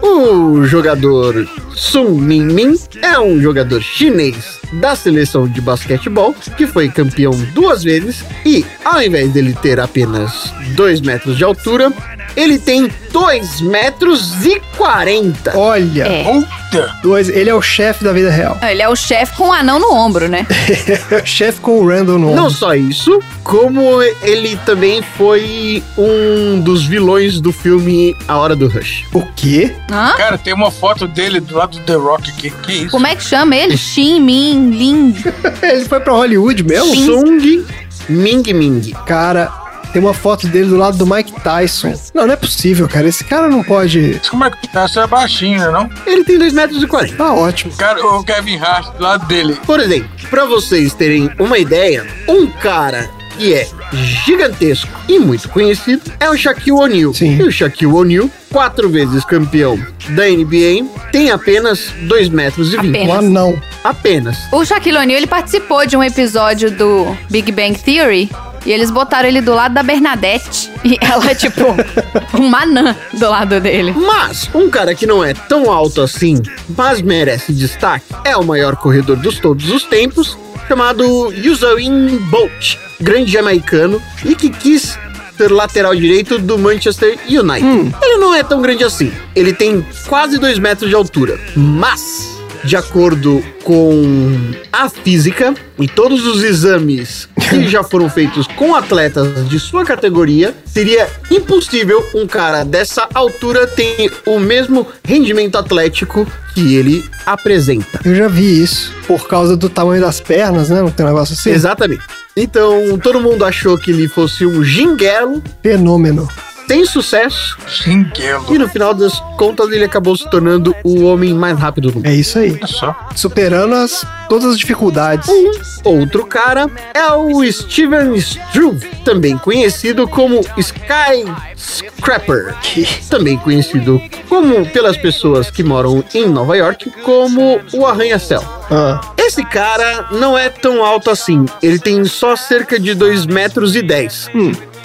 S1: O jogador Sun Min Min é um jogador chinês da seleção de basquetebol que foi campeão duas vezes e, ao invés dele ter apenas 2 metros de altura, ele tem 2 metros e 40.
S7: Olha,
S4: É.
S3: Puta!
S7: dois. Ele é o chefe da vida real. [LAUGHS]
S4: Ele é o chefe com um anão no ombro, né?
S7: É o chefe com o Randall no
S1: Não
S7: ombro.
S1: só isso, como ele também foi um dos vilões do filme A Hora do Rush.
S7: O quê?
S4: Hã?
S3: Cara, tem uma foto dele do lado do The Rock aqui. Que isso?
S4: Como é que chama ele? Shin, Min, Lin.
S7: Ele foi pra Hollywood mesmo?
S1: Sung Ming Ming.
S7: Cara, tem uma foto dele do lado do Mike Tyson. Não, não é possível, cara. Esse cara não pode.
S3: Mas Como é que tá? Isso é baixinho, né, não?
S1: Ele tem 2 metros e 40.
S7: Tá ótimo.
S3: Cara, o Kevin Hart do lado dele.
S1: Por exemplo, pra vocês terem uma ideia, um cara que é gigantesco e muito conhecido é o Shaquille O'Neal.
S7: Sim.
S1: E o Shaquille O'Neal, quatro vezes campeão da NBA, tem apenas 2 metros e 20.
S7: Um
S4: Apenas.
S7: anão.
S1: Apenas.
S4: O Shaquille O'Neal, ele participou de um episódio do Big Bang Theory. E eles botaram ele do lado da Bernadette. E ela [LAUGHS] é tipo uma anã do lado dele.
S1: Mas um cara que não é tão alto assim, mas merece destaque, é o maior corredor dos todos os tempos, chamado Usain Bolt, grande jamaicano e que quis ser lateral direito do Manchester United. Ele não é tão grande assim. Ele tem quase 2 metros de altura, mas de acordo com a física e todos os exames que já foram feitos com atletas de sua categoria, seria impossível um cara dessa altura ter o mesmo rendimento atlético que ele apresenta.
S7: Eu já vi isso. Por causa do tamanho das pernas, né? Não tem um negócio assim?
S1: Exatamente. Então, todo mundo achou que ele fosse um ginguelo,
S7: Fenômeno.
S1: tem sucesso,
S3: Xinguelo.
S1: e no final das contas ele acabou se tornando o homem mais rápido do mundo.
S7: É isso aí.
S3: Olha só.
S7: Superando as, todas as dificuldades.
S1: Outro cara é o Steven Struve, também conhecido como Skyscraper, também conhecido como pelas pessoas que moram em Nova York como o arranha-céu.
S7: Ah,
S1: Esse cara não é tão alto assim, ele tem só cerca de 2 metros e 10.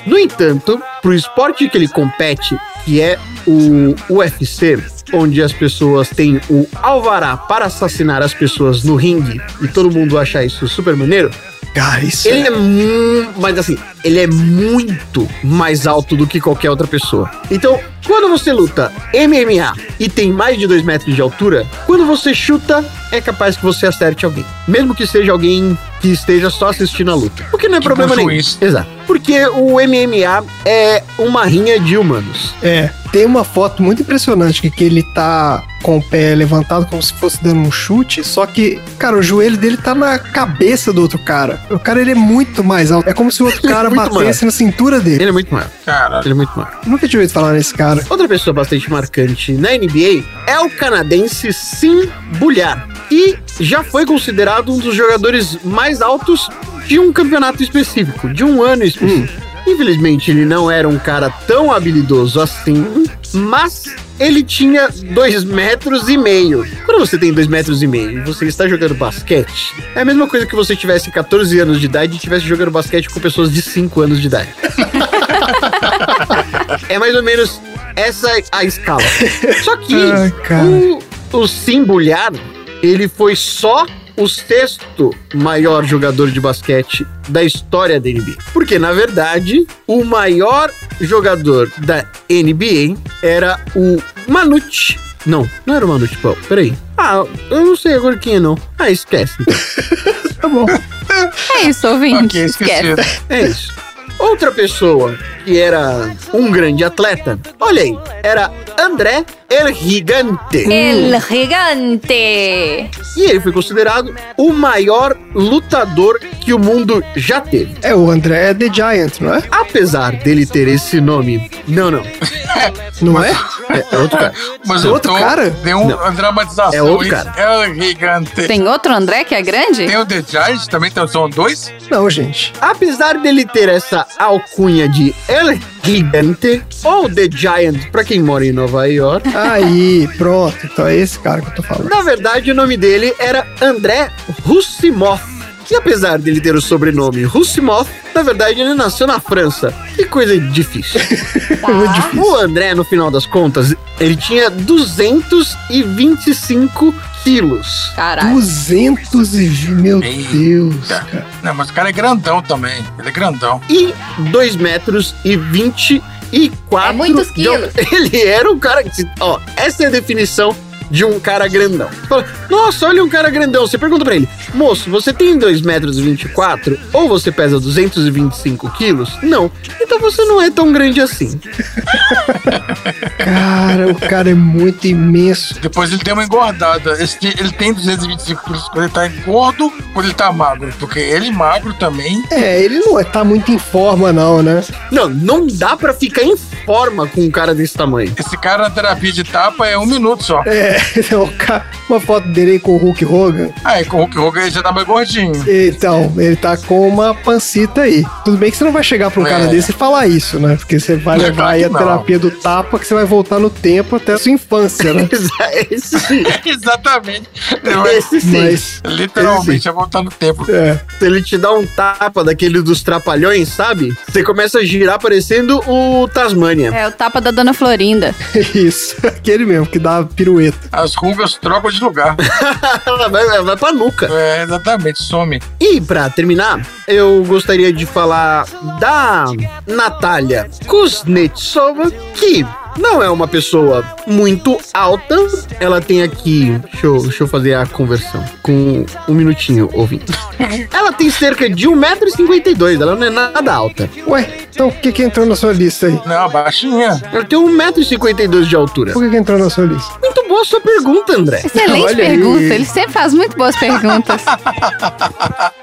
S1: No entanto, pro esporte que ele compete, que é o UFC, onde as pessoas têm o alvará para assassinar as pessoas no ringue e todo mundo acha isso super maneiro,
S7: cara, isso
S1: ele
S7: é...
S1: é muito, mas assim, ele é muito mais alto do que qualquer outra pessoa. Então, quando você luta MMA e tem mais de 2 metros de altura, quando você chuta, é capaz que você acerte alguém. Mesmo que seja alguém que esteja só assistindo a luta. O que não é problema
S3: bom
S1: nenhum.
S3: juiz.
S1: Exato. Porque o MMA é uma rinha de humanos.
S7: É, tem uma foto muito impressionante que, que ele tá com o pé levantado como se fosse dando um chute, só que, cara, o joelho dele tá na cabeça do outro cara. O cara, ele é muito mais alto. É como se o outro cara
S1: Muito
S7: batesse
S1: maior.
S7: na cintura dele.
S1: Ele é muito maior.
S3: Caralho.
S1: [LAUGHS] Ele é muito maior.
S7: Eu nunca tinha ouvido falar nesse cara.
S1: Outra pessoa bastante marcante na NBA é o canadense Sim Bulhar. E já foi considerado um dos jogadores mais altos de um campeonato específico, de um ano específico. Infelizmente, ele não era um cara tão habilidoso assim, mas ele tinha dois metros e meio. Quando você tem dois metros e meio e você está jogando basquete, é a mesma coisa que você tivesse 14 anos de idade e estivesse jogando basquete com pessoas de 5 anos de idade. É mais ou menos Essa é a escala. Só que
S7: [LAUGHS] Ai, cara.
S1: o, o Simbulhar, ele foi só o sexto maior jogador de basquete da história da NBA. Porque, na verdade, o maior jogador da NBA era o Manute. Não, não era o Manute Pau, peraí. Ah, eu não sei agora quem é não. Ah, esquece.
S7: Tá bom.
S9: É isso, ouvinte.
S3: Ok,
S9: Esquece.
S3: esquecido.
S1: É isso. Outra pessoa que era um grande atleta, olha aí, era André El Gigante.
S4: É.
S9: El gigante.
S1: E ele foi considerado o maior lutador que o mundo já teve.
S7: É o André é The Giant, não é?
S1: Apesar dele ter esse nome. Não, não. É,
S7: Não é?
S1: é outro cara.
S3: Mas
S7: Tem
S3: o
S7: outro
S3: Tom
S7: cara?
S3: Deu um-
S1: Não.
S3: uma dramatização.
S1: É outro
S3: hein?
S1: cara.
S3: É o gigante.
S9: Tem outro André que é grande?
S3: Tem o The Giant, também tem o Zone 2.
S7: Não, gente.
S1: Apesar dele ter essa alcunha de El Gigante, ou The Giant, pra quem mora em Nova York,
S7: Aí, pronto. Então é esse cara que eu tô falando.
S1: na verdade o nome dele era André Russimov. Que apesar dele ter o sobrenome Russimov, na verdade ele nasceu na França. Que coisa difícil.
S9: Tá.
S7: Muito difícil.
S1: O André, no final das contas, ele tinha 225 quilos.
S9: Caralho.
S7: 220. Meu
S3: Eita.
S7: Deus, cara.
S3: Não, mas o cara é grandão também. Ele é grandão.
S1: e 2 metros e 24.
S9: É muitos
S1: de al-
S9: quilos.
S1: [LAUGHS] Ele era um cara que. Ó, essa é a definição de um cara grandão. Você fala, Nossa, olha um cara grandão. Você pergunta pra ele, moço, você tem 2 metros e 24? Ou você pesa 225 quilos? Não. Então você não é tão grande assim.
S7: Cara, o cara é muito imenso.
S3: Depois ele deu uma engordada. Esse dia- ele tem 225 quilos quando ele tá gordo, quando ele tá magro. Porque ele magro também.
S7: É, ele não é, tá muito em forma, não, né?
S1: Não, não dá pra ficar em forma com um cara desse tamanho. [LAUGHS]
S3: Esse cara na terapia de tapa é um minuto só.
S7: É, [LAUGHS] o cara, uma foto dele aí com o Hulk Hogan.
S3: Aí Ah, com o Hulk Hogan ele já tá mais gordinho. [LAUGHS]
S7: Então, ele tá com uma pancita aí. Tudo bem que você não vai chegar pra um cara
S3: É.
S7: desse e falar isso, né? Porque você vai
S3: Não, é
S7: levar
S3: claro
S7: aí
S3: que
S7: a
S3: não.
S7: terapia do tapa que você vai voltar no tempo até a sua infância,
S3: [LAUGHS]
S7: né?
S1: é Esse sim.
S3: Exatamente.
S1: Esse sim.
S7: Mas,
S3: Literalmente é voltar no tempo.
S7: é. [LAUGHS]
S1: Se ele te dá um tapa daquele dos trapalhões, sabe? Você começa a girar parecendo o Tasmania.
S9: É o tapa da Dona Florinda.
S7: Isso, [LAUGHS] aquele mesmo, que dá a pirueta.
S3: As rugas trocam de lugar.
S1: Ela [LAUGHS] vai, ela vai pra nuca.
S3: É, exatamente, some.
S1: E pra terminar, eu gostaria de falar da Natália Kuznetsova, que não é uma pessoa muito alta. Ela tem aqui. Deixa eu, deixa eu fazer a conversão. Com um minutinho, ouvindo. Ela tem cerca de 1,52m. Ela não é nada alta.
S7: Ué, então o que que entrou na sua lista aí?
S3: Não, baixinha.
S1: Ela tem 1,52m de altura.
S7: Por que que entrou na sua lista?
S1: Muito boa sua pergunta, André.
S9: Excelente
S7: Olha aí.
S9: pergunta. Ele sempre faz muito boas perguntas.
S7: Tá,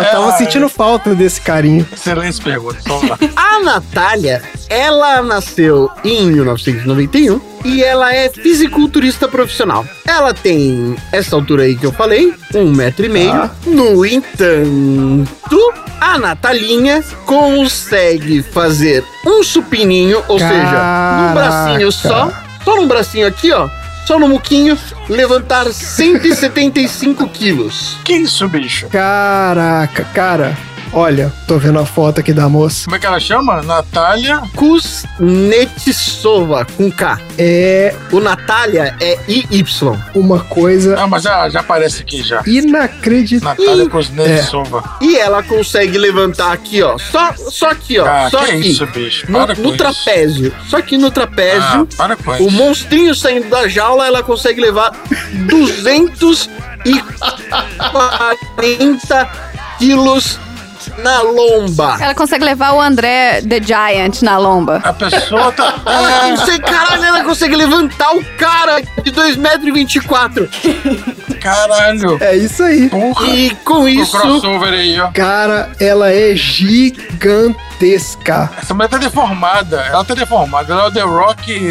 S3: É,
S7: tava
S3: ai.
S7: sentindo falta desse carinho.
S3: Excelente pergunta. Vamos lá.
S1: A Natália, ela nasceu em 1991 e ela é fisiculturista profissional. Ela tem essa altura aí que eu falei, um metro e meio. No entanto, a Natalinha consegue fazer um supininho, ou seja, num bracinho só, só num bracinho aqui, ó, só no muquinho, levantar 175 quilos.
S3: Que isso, bicho?
S7: Caraca, cara. Olha, tô vendo a foto aqui da moça.
S3: Como é que ela chama? Natália.
S1: Kuznetsova, com K.
S7: É
S1: O Natália é IY.
S7: uma coisa
S3: Ah, mas já, já aparece aqui já.
S7: inacreditável.
S3: Natália Kuznetsova.
S1: E ela consegue levantar aqui, ó. Só, só aqui, ó.
S3: Ah,
S1: só
S3: que
S1: aqui.
S3: isso, bicho.
S1: No,
S3: Para com
S1: no
S3: isso.
S1: trapézio. Só aqui no
S3: Ah,
S1: trapézio.
S3: para com
S1: o
S3: isso.
S1: monstrinho saindo da jaula, ela consegue levar 240 quilos na lomba.
S9: Ela consegue levar o André The Giant na lomba.
S3: A pessoa tá.
S1: [LAUGHS] Ela consegue, caralho, ela consegue levantar o cara de 2,24m.
S3: É, caralho.
S7: É isso aí.
S3: Porra.
S1: E com
S3: O
S1: isso,
S3: crossover aí, ó.
S7: Cara, ela é gigantesca.
S3: Essa mulher tá deformada. Ela tá deformada. Ela é o The Rock.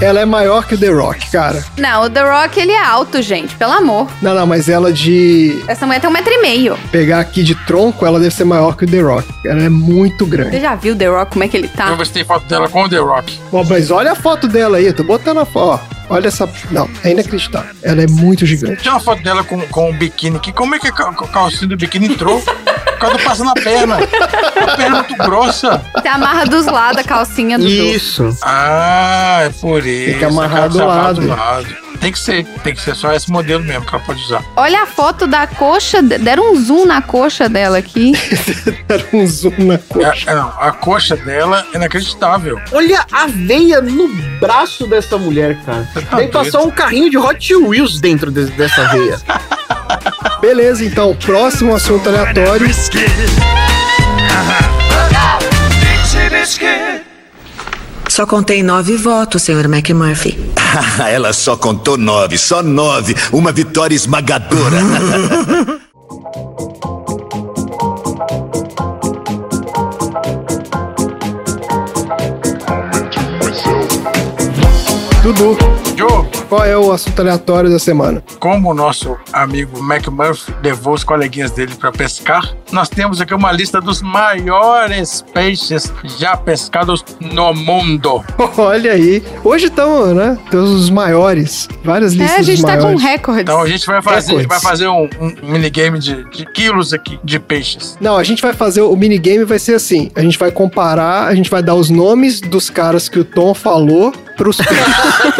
S7: Ela é maior que o The Rock, cara.
S9: Não, o The Rock, ele é alto, gente. Pelo amor.
S7: Não, não, mas ela de
S9: Essa mulher tem um metro e meio.
S7: pegar aqui de tronco, ela deve ser maior que o The Rock. Ela é muito grande.
S9: Você já viu o The Rock, como é que ele
S3: Deixa eu
S9: tá?
S3: ver se tem foto dela com o The Rock.
S7: Ó, mas olha a foto dela aí, eu tô botando a foto. Ó, olha essa. Não, é inacreditável. Ela é muito gigante. [LAUGHS]
S3: Tinha uma foto dela com, com um biquíni aqui. Como é que a ca- calcinha do biquíni entrou? Quando passa na perna. A perna é muito grossa.
S9: Você amarra dos lados a calcinha do Du.
S1: Isso.
S3: Ah, é por isso.
S7: Tem que amarrar
S3: Acaba
S7: do
S3: se amarrar
S7: lado.
S3: do lado. Tem que ser. Tem que ser só esse modelo mesmo que ela pode usar.
S9: Olha a foto da coxa. de- Deram um zoom na coxa dela aqui.
S7: Era um zoom na coxa.
S3: É, é, não, a coxa dela é inacreditável.
S1: Olha a veia no braço dessa mulher, cara.
S3: tá
S1: Tem
S3: doido.
S1: que passar um carrinho de Hot Wheels dentro de- dessa
S3: [LAUGHS]
S1: veia.
S7: Beleza, então, próximo assunto aleatório.
S8: Só contei nove votos, senhor McMurphy.
S6: Ela só contou nove, só nove. Uma vitória esmagadora.
S7: Dudu,
S3: Joe,
S7: qual é o assunto aleatório da semana? [LAUGHS]
S3: como o nosso amigo McMurphy levou os coleguinhas dele para pescar, nós temos aqui uma lista dos maiores peixes já pescados no mundo.
S7: Olha aí. Hoje estão, né? Tem os maiores. Várias listas
S9: É, a gente
S7: dos
S9: tá com
S7: maiores.
S9: recordes.
S3: Então a gente vai fazer,
S7: Recordes.
S3: vai fazer um, um minigame de, de quilos aqui de peixes.
S7: Não, a gente vai fazer o minigame vai ser assim. A gente vai comparar, a gente vai dar os nomes dos caras que o Tom falou pros [LAUGHS]
S3: Tá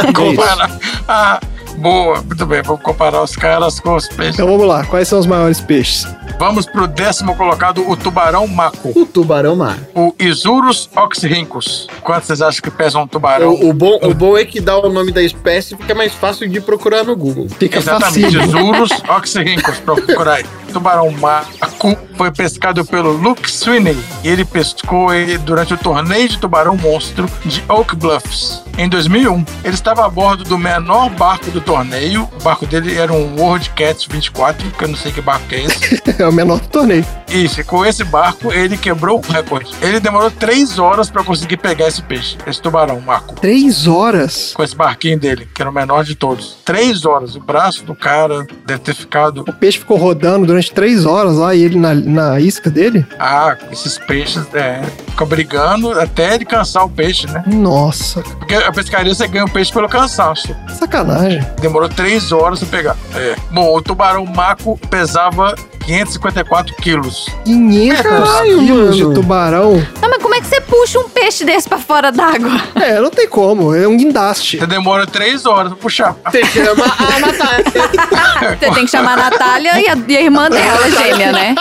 S7: peixes.
S3: Comparar. Ah, boa, muito bem, vamos comparar os caras com os peixes.
S7: então vamos lá, quais são os maiores peixes?
S3: Vamos pro décimo colocado, o tubarão maco,
S1: O tubarão mar.
S3: o Isurus oxyrhynchus. Quanto vocês acham que pesa um tubarão?
S1: O, o bom, o bom é que dá o nome da espécie fica mais fácil de procurar no Google.
S7: Fica
S3: Exatamente,
S7: fácil.
S3: tá
S7: [LAUGHS]
S3: Isurus oxyrhynchus, pra procurar aí. [LAUGHS] Tubarão maco foi pescado pelo Luke Sweeney e ele pescou ele durante o torneio de tubarão monstro de Oak Bluffs. Em 2001, ele estava a bordo do menor barco do torneio. O barco dele era um World Cat 24, que eu não sei que barco que é esse.
S7: É o menor do torneio.
S3: Isso, e com esse barco ele quebrou o recorde. Ele demorou três horas pra conseguir pegar esse peixe, esse tubarão, Marco.
S7: Três horas?
S3: Com esse barquinho dele, que era o menor de todos. Três horas. O braço do cara deve ter ficado.
S7: O peixe ficou rodando durante três horas lá e ele na, na isca dele?
S3: Ah, esses peixes, é. Ficam brigando até ele cansar o peixe, né?
S7: Nossa,
S3: Porque a pescaria você ganha o peixe pelo cansaço.
S7: sacanagem.
S3: Demorou três horas pra pegar. É. Bom, o tubarão maco pesava 554 quilos.
S7: 500
S1: Caralho,
S7: quilos
S1: mano.
S7: de tubarão?
S9: Não, mas como é que você puxa um peixe desse pra fora d'água?
S7: É, não tem como, é um
S3: [LAUGHS]
S7: guindaste.
S3: Você demora três horas pra puxar.
S1: Você chama a Natália.
S9: Você tem que chamar a Natália e a, e a irmã dela, gêmea, né?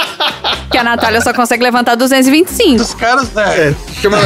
S9: Que a Natália só consegue levantar 225.
S3: Os caras, né?
S1: É, chama-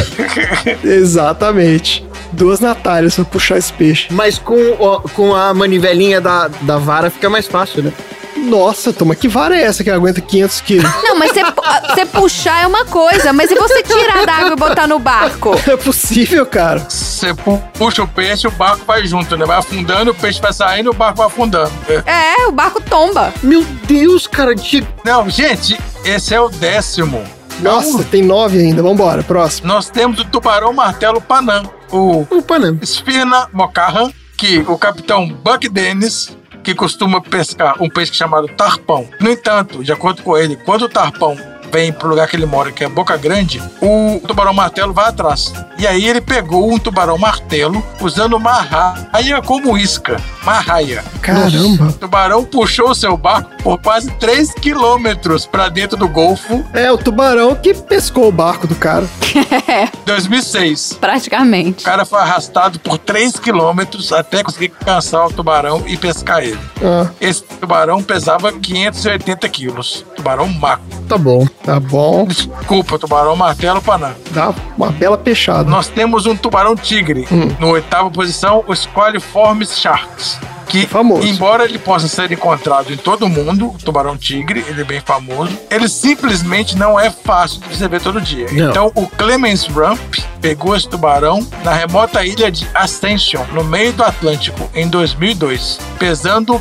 S7: Exatamente. Duas Natálias pra puxar esse peixe.
S1: Mas com, o- com a manivelinha da, da vara fica mais fácil, né?
S7: Nossa, toma, que vara é essa que aguenta 500 quilos?
S9: Não, mas você, pu- você puxar é uma coisa, mas e você tirar da água e botar no barco?
S7: [LAUGHS] Não é possível, cara.
S3: Você pu- puxa o peixe, o barco vai junto, né? Vai afundando, o peixe vai saindo, o barco vai afundando. É.
S9: É, o barco tomba.
S1: Meu Deus, cara, de...
S3: Não, gente, esse é o décimo.
S7: Nossa, tem nove ainda. Vambora, próximo.
S3: Nós temos o tubarão martelo panã, o
S1: Opa, né?
S3: Sphina mocarra, que o capitão Buck Dennis que costuma pescar um peixe chamado tarpão. No entanto, de acordo com ele, quando o tarpão vem pro lugar que ele mora, que é Boca Grande, o tubarão martelo vai atrás. E aí ele pegou um tubarão martelo usando uma raia como isca. Uma raia.
S7: Caramba.
S3: O tubarão puxou o seu barco por quase 3 quilômetros para dentro do Golfo
S7: É, o tubarão que pescou o barco do cara.
S3: em 2006. O
S9: Praticamente.
S3: cara foi arrastado por 3 quilômetros até conseguir cansar o tubarão e pescar ele.
S7: Ah,
S3: Esse tubarão pesava 580 quilos. Tubarão maco.
S1: Tá bom.
S7: tá bom.
S3: Desculpa, tubarão martelo paná.
S7: Dá uma bela peixada.
S3: Nós temos um tubarão tigre.
S7: Hum.
S3: No oitava posição, o Squaliformes sharks. Que,
S7: É famoso.
S3: embora ele possa ser encontrado em todo mundo, o tubarão tigre, ele é bem famoso, ele simplesmente não é fácil de você ver todo dia.
S1: Não.
S3: Então, o Clemens Rump pegou esse tubarão na remota ilha de Ascension, no meio do Atlântico, em 2002, pesando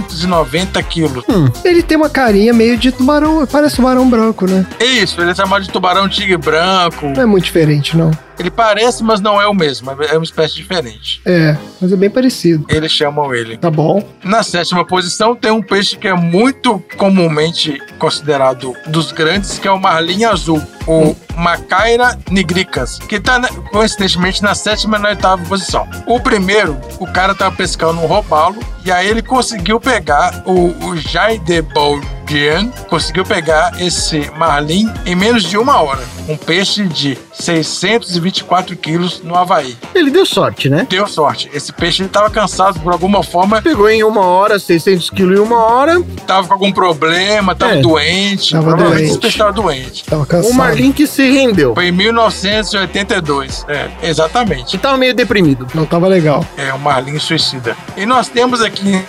S3: 590 quilos.
S7: Ele tem uma carinha meio de tubarão. Parece tubarão branco, né?
S3: É Isso, ele é chamado de tubarão tigre branco.
S7: Não é muito diferente, não.
S3: Ele parece, mas não é o mesmo, é uma espécie diferente.
S7: É, mas é bem parecido.
S3: Eles chamam ele.
S7: Tá bom.
S3: Na sétima posição tem um peixe que é muito comumente considerado dos grandes, que é o marlim azul, o Macaira nigricas, que tá na- coincidentemente na sétima e na oitava posição. O primeiro, o tá cara tava pescando um robalo, e aí ele conseguiu pegar o, o Jaidebol Jean conseguiu pegar esse marlin em menos de uma hora. Um peixe de 624 quilos no Havaí.
S1: Ele deu sorte, né?
S3: Deu sorte. Esse peixe estava cansado por alguma forma,
S1: Pegou em uma hora, 600 quilos em uma hora.
S3: estava com algum problema, estava
S1: É.
S3: doente.
S7: Tava
S3: provavelmente
S7: doente.
S3: esse peixe estava doente.
S7: Tava cansado.
S1: O Marlin que se rendeu.
S3: Foi em 1982. É, exatamente.
S1: E tava meio deprimido.
S7: Não tava legal.
S3: É o Marlin Suicida. E nós temos aqui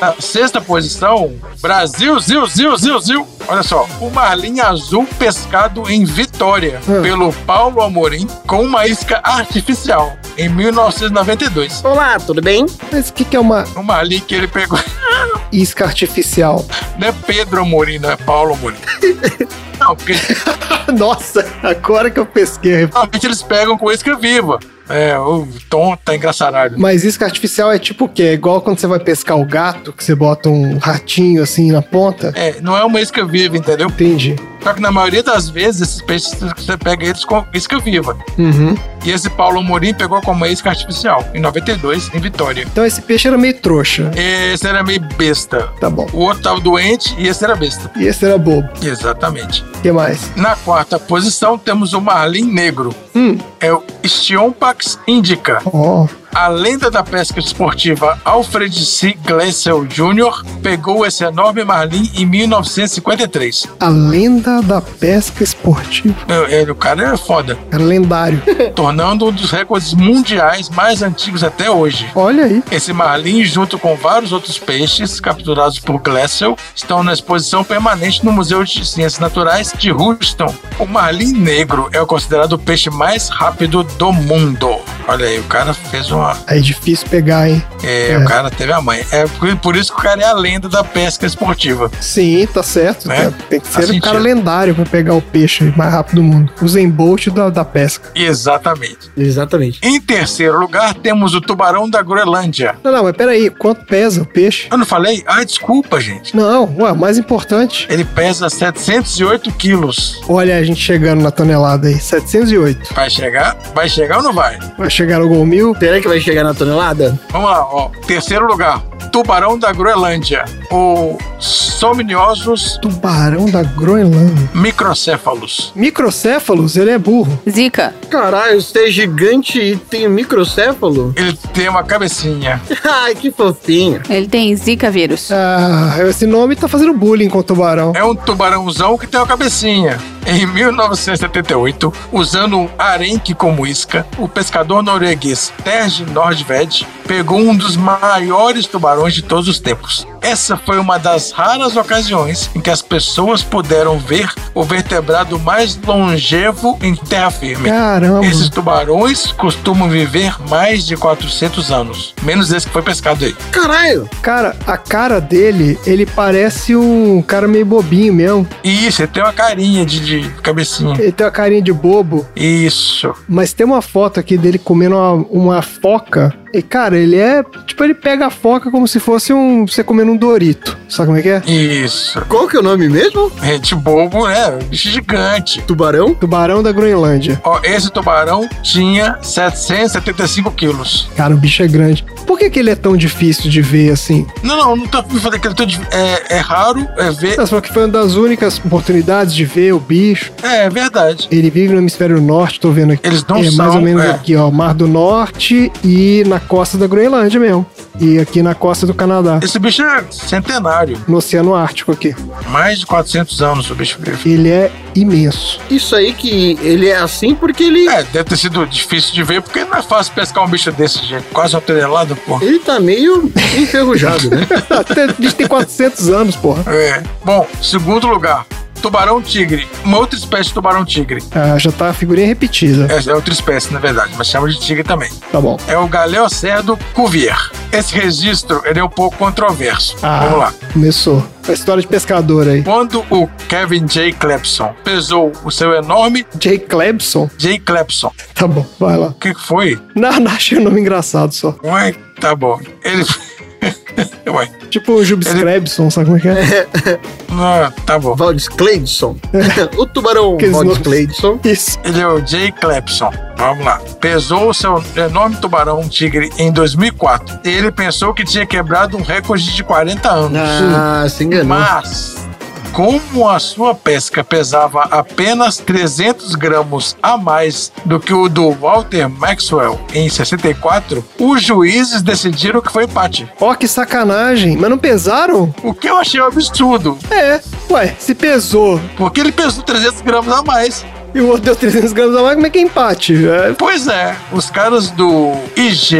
S3: na sexta posição, Brasil, Zil, Zil, Zil, Zil. Olha só, o Marlin Azul pescado em Vitória
S7: Hum.
S3: pelo Paulo Amorim com uma isca artificial em 1992.
S1: Olá, tudo bem?
S7: Mas o que, que é uma
S3: O Marlin que ele pegou, [LAUGHS]
S7: isca artificial?
S3: não é Pedro Amorim, não é Paulo Amorim. Não, porque
S7: [LAUGHS] Nossa, agora que eu pesquei.
S3: geralmente eles pegam com isca viva. É, o Tom tá engraçaralho.
S7: Mas isca artificial é tipo o quê? É igual quando você vai pescar o gato, que você bota um ratinho assim na ponta?
S3: É, não é uma isca viva, entendeu?
S7: Entendi.
S3: Só que na maioria das vezes, esses peixes, você pega eles com isca viva.
S7: Uhum.
S3: E esse Paulo Amorim pegou como isca artificial, em 92, em Vitória.
S7: Então esse peixe era meio trouxa.
S3: Esse era meio besta.
S7: Tá bom.
S3: O outro tava doente e esse era besta.
S7: E esse era bobo.
S3: Exatamente.
S7: O que mais?
S3: Na quarta posição temos o Marlim Negro.
S7: Hum.
S3: É o Stiompax Indica.
S7: Ó,
S3: A lenda da pesca esportiva Alfred C. Glessel Jr. pegou esse enorme Marlim em 1953.
S7: a lenda da pesca esportiva.
S3: É, é, O cara é foda.
S7: Era
S3: [LAUGHS]
S7: lendário.
S3: Tornando um dos recordes mundiais mais antigos até hoje.
S7: Olha aí.
S3: Esse marlin, junto com vários outros peixes capturados por Glessel, estão na exposição permanente no Museu de Ciências Naturais de Houston. O marlin negro é o considerado o peixe mais rápido do mundo. Olha aí, o cara fez uma.
S7: É difícil pegar, hein?
S3: É,
S7: É.
S3: O cara teve a mãe. É por- por isso que o cara é a lenda da pesca esportiva.
S7: Sim, tá certo.
S3: Né?
S7: Tá- Tem que
S3: Faz
S7: ser um cara
S3: sentido.
S7: lendário pra pegar o peixe mais rápido do mundo. O Zen Bolt da, da pesca.
S3: Exatamente.
S1: Exatamente.
S3: Em terceiro lugar, temos o tubarão da Groenlândia.
S7: Não, não, mas peraí, quanto pesa o peixe?
S3: Eu não falei? Ah, desculpa, gente.
S7: Não, ué, o mais importante.
S3: Ele pesa 708 quilos.
S7: Olha a gente chegando na tonelada aí, 708.
S3: Vai chegar? Vai chegar ou não vai?
S7: Vai chegar no gol mil?
S1: Será que vai chegar na tonelada?
S3: Vamos lá, ó. Terceiro lugar, Tubarão da Groenlândia. O Somniosus
S7: Tubarão da Groenlândia.
S3: microcéfalos.
S7: Microcéfalos, ele é burro.
S9: Zica.
S1: Caralho, você é gigante e tem um microcéfalo? [LAUGHS]
S3: Ele tem uma cabecinha.
S1: Ai, que fofinho.
S9: Ele tem zika vírus.
S7: Ah, esse nome tá fazendo bullying com o tubarão.
S3: É um tubarãozão que tem uma cabecinha. Em 1978, usando um arenque como isca, o pescador norueguês Terje Nordved pegou um dos maiores tubarões de todos os tempos. Essa foi uma das raras ocasiões em que as pessoas puderam ver o vertebrado mais longevo em terra firme.
S7: Caramba.
S3: Esses tubarões costumam viver mais de 400 anos. Menos esse que foi pescado aí.
S1: Caralho.
S7: Cara, a cara dele, ele parece um cara meio bobinho mesmo.
S3: Isso, ele tem uma carinha de, de cabecinha.
S7: Ele tem uma carinha de bobo,
S3: Isso.
S7: mas tem uma foto aqui dele comendo uma, uma foca. E, cara, ele é. Tipo, ele pega a foca como se fosse um. Você comendo um Dorito. Sabe como é que é?
S3: Isso.
S1: Qual que é o nome mesmo?
S3: Gente bobo, né? Bicho gigante.
S1: Tubarão?
S7: Tubarão da Groenlândia.
S3: Ó, esse tubarão tinha 775 quilos.
S7: Cara, o bicho é grande. Por que, que ele é tão difícil de ver assim?
S3: Não, não, não tô falando que ele é todo de- é, é raro, é ver.
S7: Você falou que foi uma das únicas oportunidades de ver o bicho.
S3: É, é verdade.
S7: Ele vive no hemisfério norte, tô vendo aqui.
S3: Eles não
S7: é
S3: são.
S7: mais ou menos
S3: é.
S7: aqui, ó. Mar do Norte e na costa da Groenlândia mesmo. E aqui na costa do Canadá.
S3: Esse bicho é centenário.
S7: No Oceano Ártico aqui.
S3: Mais de 400 anos o bicho vive.
S7: Ele é
S3: [LAUGHS]
S7: imenso.
S1: Isso aí que ele é assim porque ele.
S3: É, deve ter sido difícil de ver, porque não é fácil pescar um bicho desse, gente. Quase uma tonelada, pô.
S1: Ele tá meio enferrujado, né?
S7: [LAUGHS] Até, o bicho tem 400 anos, porra.
S3: É. Bom, segundo lugar, tubarão tigre. Uma outra espécie de tubarão tigre.
S7: Ah, já tá a figurinha repetida.
S3: É, é outra espécie, na verdade, mas chama de tigre também.
S7: Tá bom.
S3: É o galeocerdo cuvier. Esse registro ele é um pouco controverso.
S7: Ah.
S3: Vamos lá.
S7: Começou. A história de pescador aí.
S3: Quando o Kevin J. Clepson pesou o seu enorme
S7: Jay Clebson?
S3: J. Clepson,
S7: Tá bom, vai lá.
S3: o que que foi?
S7: [LAUGHS] Não, não, achei o nome engraçado só.
S3: Ué, tá bom. Ele. [LAUGHS] Ué,
S7: Tipo o Jubes
S3: Ele-
S7: Clebson, sabe como é que é?
S3: não, tá bom.
S1: Valdis Cleidson. o tubarão
S7: Aqueles
S1: Valdis
S7: nomes.
S1: Cleidson.
S7: Isso.
S3: Ele [LAUGHS] é o Jay Clepson. Vamos lá. Pesou o seu enorme tubarão um tigre em 2004. Ele pensou que tinha quebrado um recorde de 40 anos.
S1: Ah, se enganou.
S3: Mas, como a sua pesca pesava apenas 300 gramas a mais do que o do Walter Maxwell em 64, os juízes decidiram que foi empate.
S7: Ó, que sacanagem. Mas não pesaram?
S3: O que eu achei um absurdo,
S7: É. Ué, se pesou
S3: porque ele pesou 300 gramas a mais.
S7: e o outro deu 300 gramas a mais, como é que é empate? É,
S3: Pois é, os caras do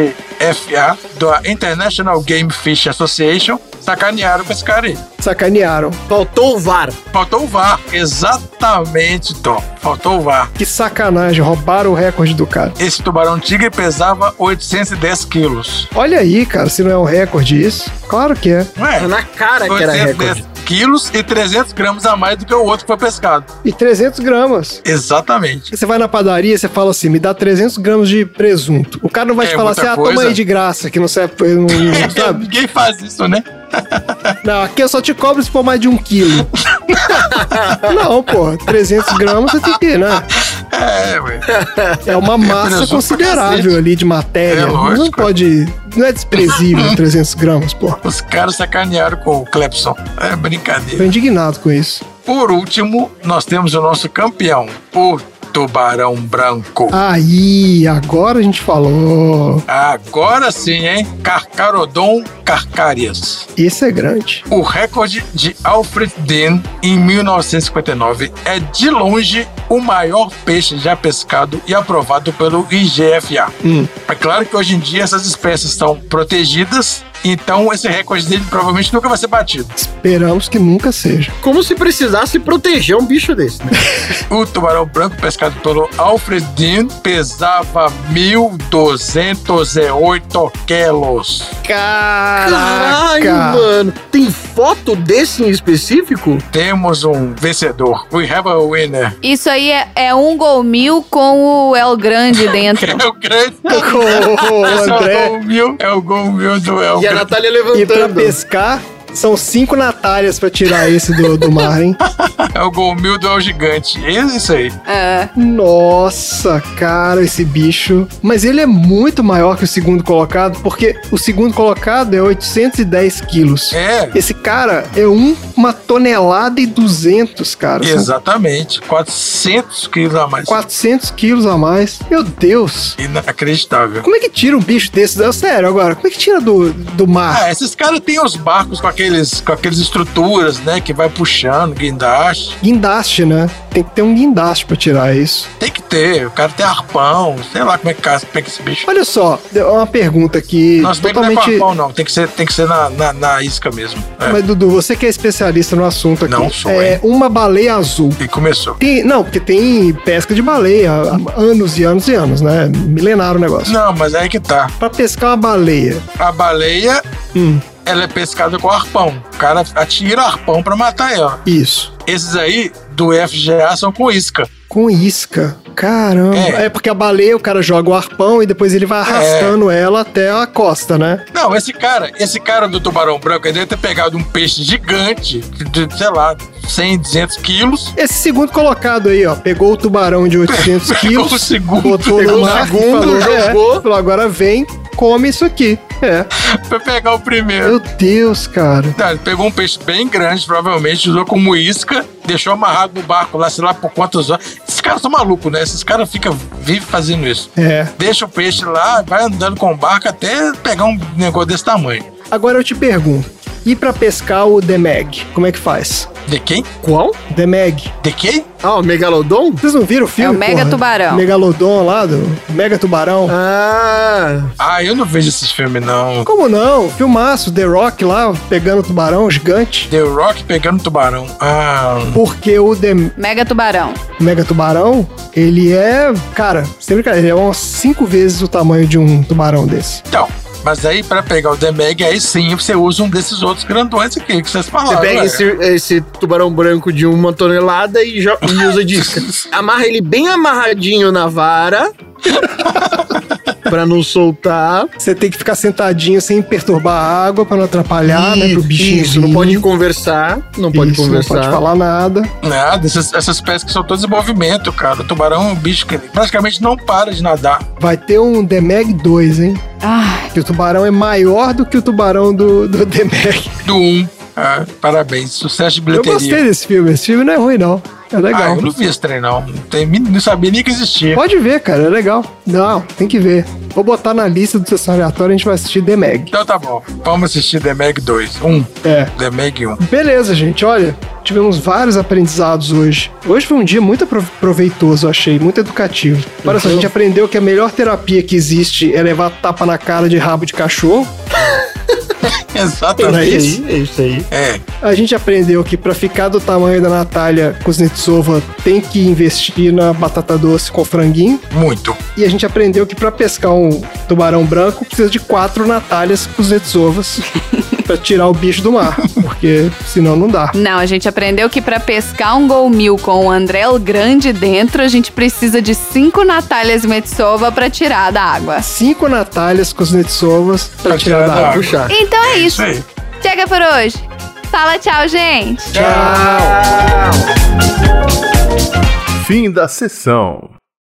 S3: IGFA, da International Game Fish Association, sacanearam com esse cara aí.
S7: sacanearam.
S1: Faltou o VAR.
S3: Faltou o VAR. Exatamente, Tom. Faltou o VAR.
S7: Que sacanagem. Roubaram o recorde do cara.
S3: Esse tubarão tigre pesava 810 quilos.
S7: Olha aí, cara, se não é um recorde isso. Claro que é.
S3: Ué,
S1: Tá na cara que era recorde.
S3: quilos e 300 gramas a mais do que o outro que foi pescado.
S7: E 300 gramas.
S3: Exatamente.
S7: Você vai na padaria e você fala assim, me dá 300 gramas de presunto. O cara não vai
S3: É
S7: te falar
S3: muita
S7: assim, ah, toma
S3: coisa.
S7: aí de graça, que não serve, pra- não,
S3: [LAUGHS]
S7: não- sabe?
S3: Então, Ninguém faz isso, né?
S7: Não, aqui eu só te cobro se for mais de um
S3: [LAUGHS]
S7: quilo. não, pô, 300 gramas você tem que, né?
S3: É, ué.
S7: É uma massa
S3: presunto pra
S7: considerável
S3: um cacete.
S7: ali de matéria.
S3: É, lógico.
S7: não pode... Não é desprezível 300 gramas, pô.
S3: Os caras sacanearam com o Clepson. É brincadeira.
S7: Tô indignado com isso.
S3: Por último, nós temos o nosso campeão, o Tubarão Branco.
S7: Aí, agora a gente falou.
S3: Agora sim, hein? Carcarodon Carcarias.
S7: Isso é grande.
S3: O recorde de Alfred Dean em 1959 é de longe o maior peixe já pescado e aprovado pelo IGFA. É claro que hoje em dia essas espécies estão protegidas, então esse recorde dele provavelmente nunca vai ser batido.
S7: Esperamos que nunca seja.
S1: Como se precisasse proteger um bicho desse, né?
S3: O tubarão branco pescado pelo Alfred Dean pesava 1.208 quilos.
S1: Caralho, mano. Tem foto desse em específico?
S3: Temos um vencedor. We have a winner. [LAUGHS]
S9: Isso aí é, é um gol mil com o El Grande dentro.
S3: É o grande.
S7: Ô,
S3: Esse é o
S7: André,
S3: gol mil. É o gol mil do El.
S1: E a Natália
S7: e pra
S1: levantando.
S7: pescar, são cinco Natálias pra tirar esse do, do mar, hein?
S3: É o gol mil do El Gigante. É isso aí.
S7: Nossa, cara, esse bicho. Mas ele é muito maior que o segundo colocado, porque o segundo colocado é 810 quilos.
S3: É.
S7: Esse cara é um, uma tonelada e 200, cara. São
S3: Exatamente. 400 quilos a mais.
S7: 400 quilos a mais. Meu Deus.
S3: Inacreditável.
S7: Como é que tira um bicho desse? Não, Sério, agora, como é que tira do, do mar?
S3: Ah, esses caras têm os barcos com aqueles, com aqueles estruturas, né? Que vai puxando, guindaste.
S7: Guindaste, né? Tem que ter um guindaste pra tirar isso.
S3: Tem que ter, o cara tem arpão, sei lá como é que ca- pega esse bicho.
S7: Olha só, é uma pergunta que
S3: Nossa, bem que não é com
S7: totalmente.
S3: arpão, não. Tem que ser, tem que ser na, na, na isca mesmo. É.
S7: Mas, Dudu, você que é especialista no assunto aqui.
S3: Não sou,
S7: É
S3: hein?
S7: uma baleia azul.
S3: E começou.
S7: Tem, não, porque tem pesca de baleia há anos e anos e anos, né? Milenário o negócio.
S3: Não, mas aí que tá.
S7: Pra pescar uma baleia.
S3: A baleia,
S7: Hum,
S3: ela é pescada com arpão. O cara atira arpão pra matar ela.
S7: isso.
S3: Esses aí, do FGA, são com isca.
S7: Com isca. Caramba. É.
S3: É.
S7: porque a baleia, o cara joga o arpão e depois ele
S1: É.
S7: vai arrastando ela até a costa, né?
S3: Não, esse cara, esse cara do tubarão branco, ele deve ter pegado um peixe gigante, de, sei lá, 100, 200 quilos. [LAUGHS]
S7: Esse segundo colocado aí, ó, pegou o tubarão de
S1: [LAUGHS]
S7: 800 quilos,
S3: o segundo,
S7: botou
S1: pegou
S7: no
S1: o
S7: mar,
S1: segundo,
S7: falou, é,
S1: jogou.
S7: falou, agora vem, come isso aqui. É.
S3: Pra pegar o primeiro.
S7: Meu Deus, cara.
S3: Tá, ele pegou um peixe bem grande, provavelmente, usou como isca, deixou amarrado no barco lá, sei lá por quantas horas. Esses caras são malucos, né? Esses caras ficam vivem fazendo isso.
S7: É.
S3: Deixa o peixe lá, vai andando com o barco até pegar um negócio desse tamanho.
S7: Agora eu te pergunto, e pra pescar o Demeg, como é que faz?
S3: De quem?
S1: Qual?
S7: Demeg.
S3: De quem?
S1: Ah, o Megalodon?
S7: Vocês não viram o
S9: É
S7: filme?
S9: o Mega Tubarão.
S7: Megalodon lá do Mega Tubarão.
S1: Ah,
S3: Ah, eu não vejo esses filmes, não.
S7: Como não? Filmaço, The Rock lá pegando o tubarão gigante.
S3: The Rock pegando tubarão. Ah,
S7: Porque o The
S9: Mega Tubarão.
S7: Mega Tubarão, ele é, cara, sempre cara, ele é umas cinco vezes o tamanho de um tubarão desse.
S3: então. Mas aí, pra pegar o The Meg, aí sim você usa um desses outros grandões aqui que vocês falaram.
S1: você pega
S3: né?
S1: esse, esse tubarão branco de uma tonelada e, jo- e usa de
S7: [LAUGHS]
S1: isca. Amarra ele bem amarradinho na vara. pra não soltar.
S7: Você tem que ficar sentadinho sem perturbar a água pra não atrapalhar, né, pro bichinho.
S1: Isso, não
S7: vir.
S1: pode conversar. Não pode
S7: Isso,
S1: conversar.
S7: Não pode falar nada.
S3: Nada, essas, Né? essas pescas são todas em movimento, cara. O tubarão é um bicho que ele praticamente não para de nadar.
S7: Vai ter um Demeg 2, hein?
S9: Ah,
S7: Que o tubarão é maior do que o tubarão do, do Demeg.
S3: Do um. Ah, parabéns, sucesso de
S7: Eu
S3: bilheteria.
S7: gostei desse filme. Esse filme não é ruim, não. É
S3: Ah,
S7: legal.
S3: eu não vi esse trem, não. Não, tem- não sabia nem que existia.
S7: Pode ver, cara. É legal. Não, tem que ver. Vou botar na lista do Sessão Aleatória e a gente vai assistir The Meg.
S3: Então tá bom. Vamos assistir The Meg 2. 1. Um.
S7: É.
S3: The Meg 1.
S7: Beleza, gente. Olha, tivemos vários aprendizados hoje. Hoje foi um dia muito apro- proveitoso, eu achei, muito educativo. Olha só, a gente aprendeu que a melhor terapia que existe é levar tapa na cara de rabo de cachorro. Não é
S3: [LAUGHS] Exatamente.
S7: isso?
S1: É isso aí.
S3: É.
S7: A gente aprendeu que pra ficar do tamanho da Natália Kuznetsova tem que investir na batata doce com franguinho.
S3: Muito.
S7: E a gente aprendeu que pra pescar um tubarão branco precisa de quatro Natálias Kuznetsovas pra tirar o bicho do mar, porque senão não dá.
S4: Não, a gente aprendeu que pra pescar um gol mil com o André o Grande dentro, a gente precisa de cinco Natálias Metsova pra tirar da água.
S7: Cinco Natálias Kuznetsovas pra tirar da água.
S1: Puxa.
S4: Então é isso.
S3: Isso aí.
S4: Chega por hoje. Fala tchau, gente.
S11: Fim da sessão.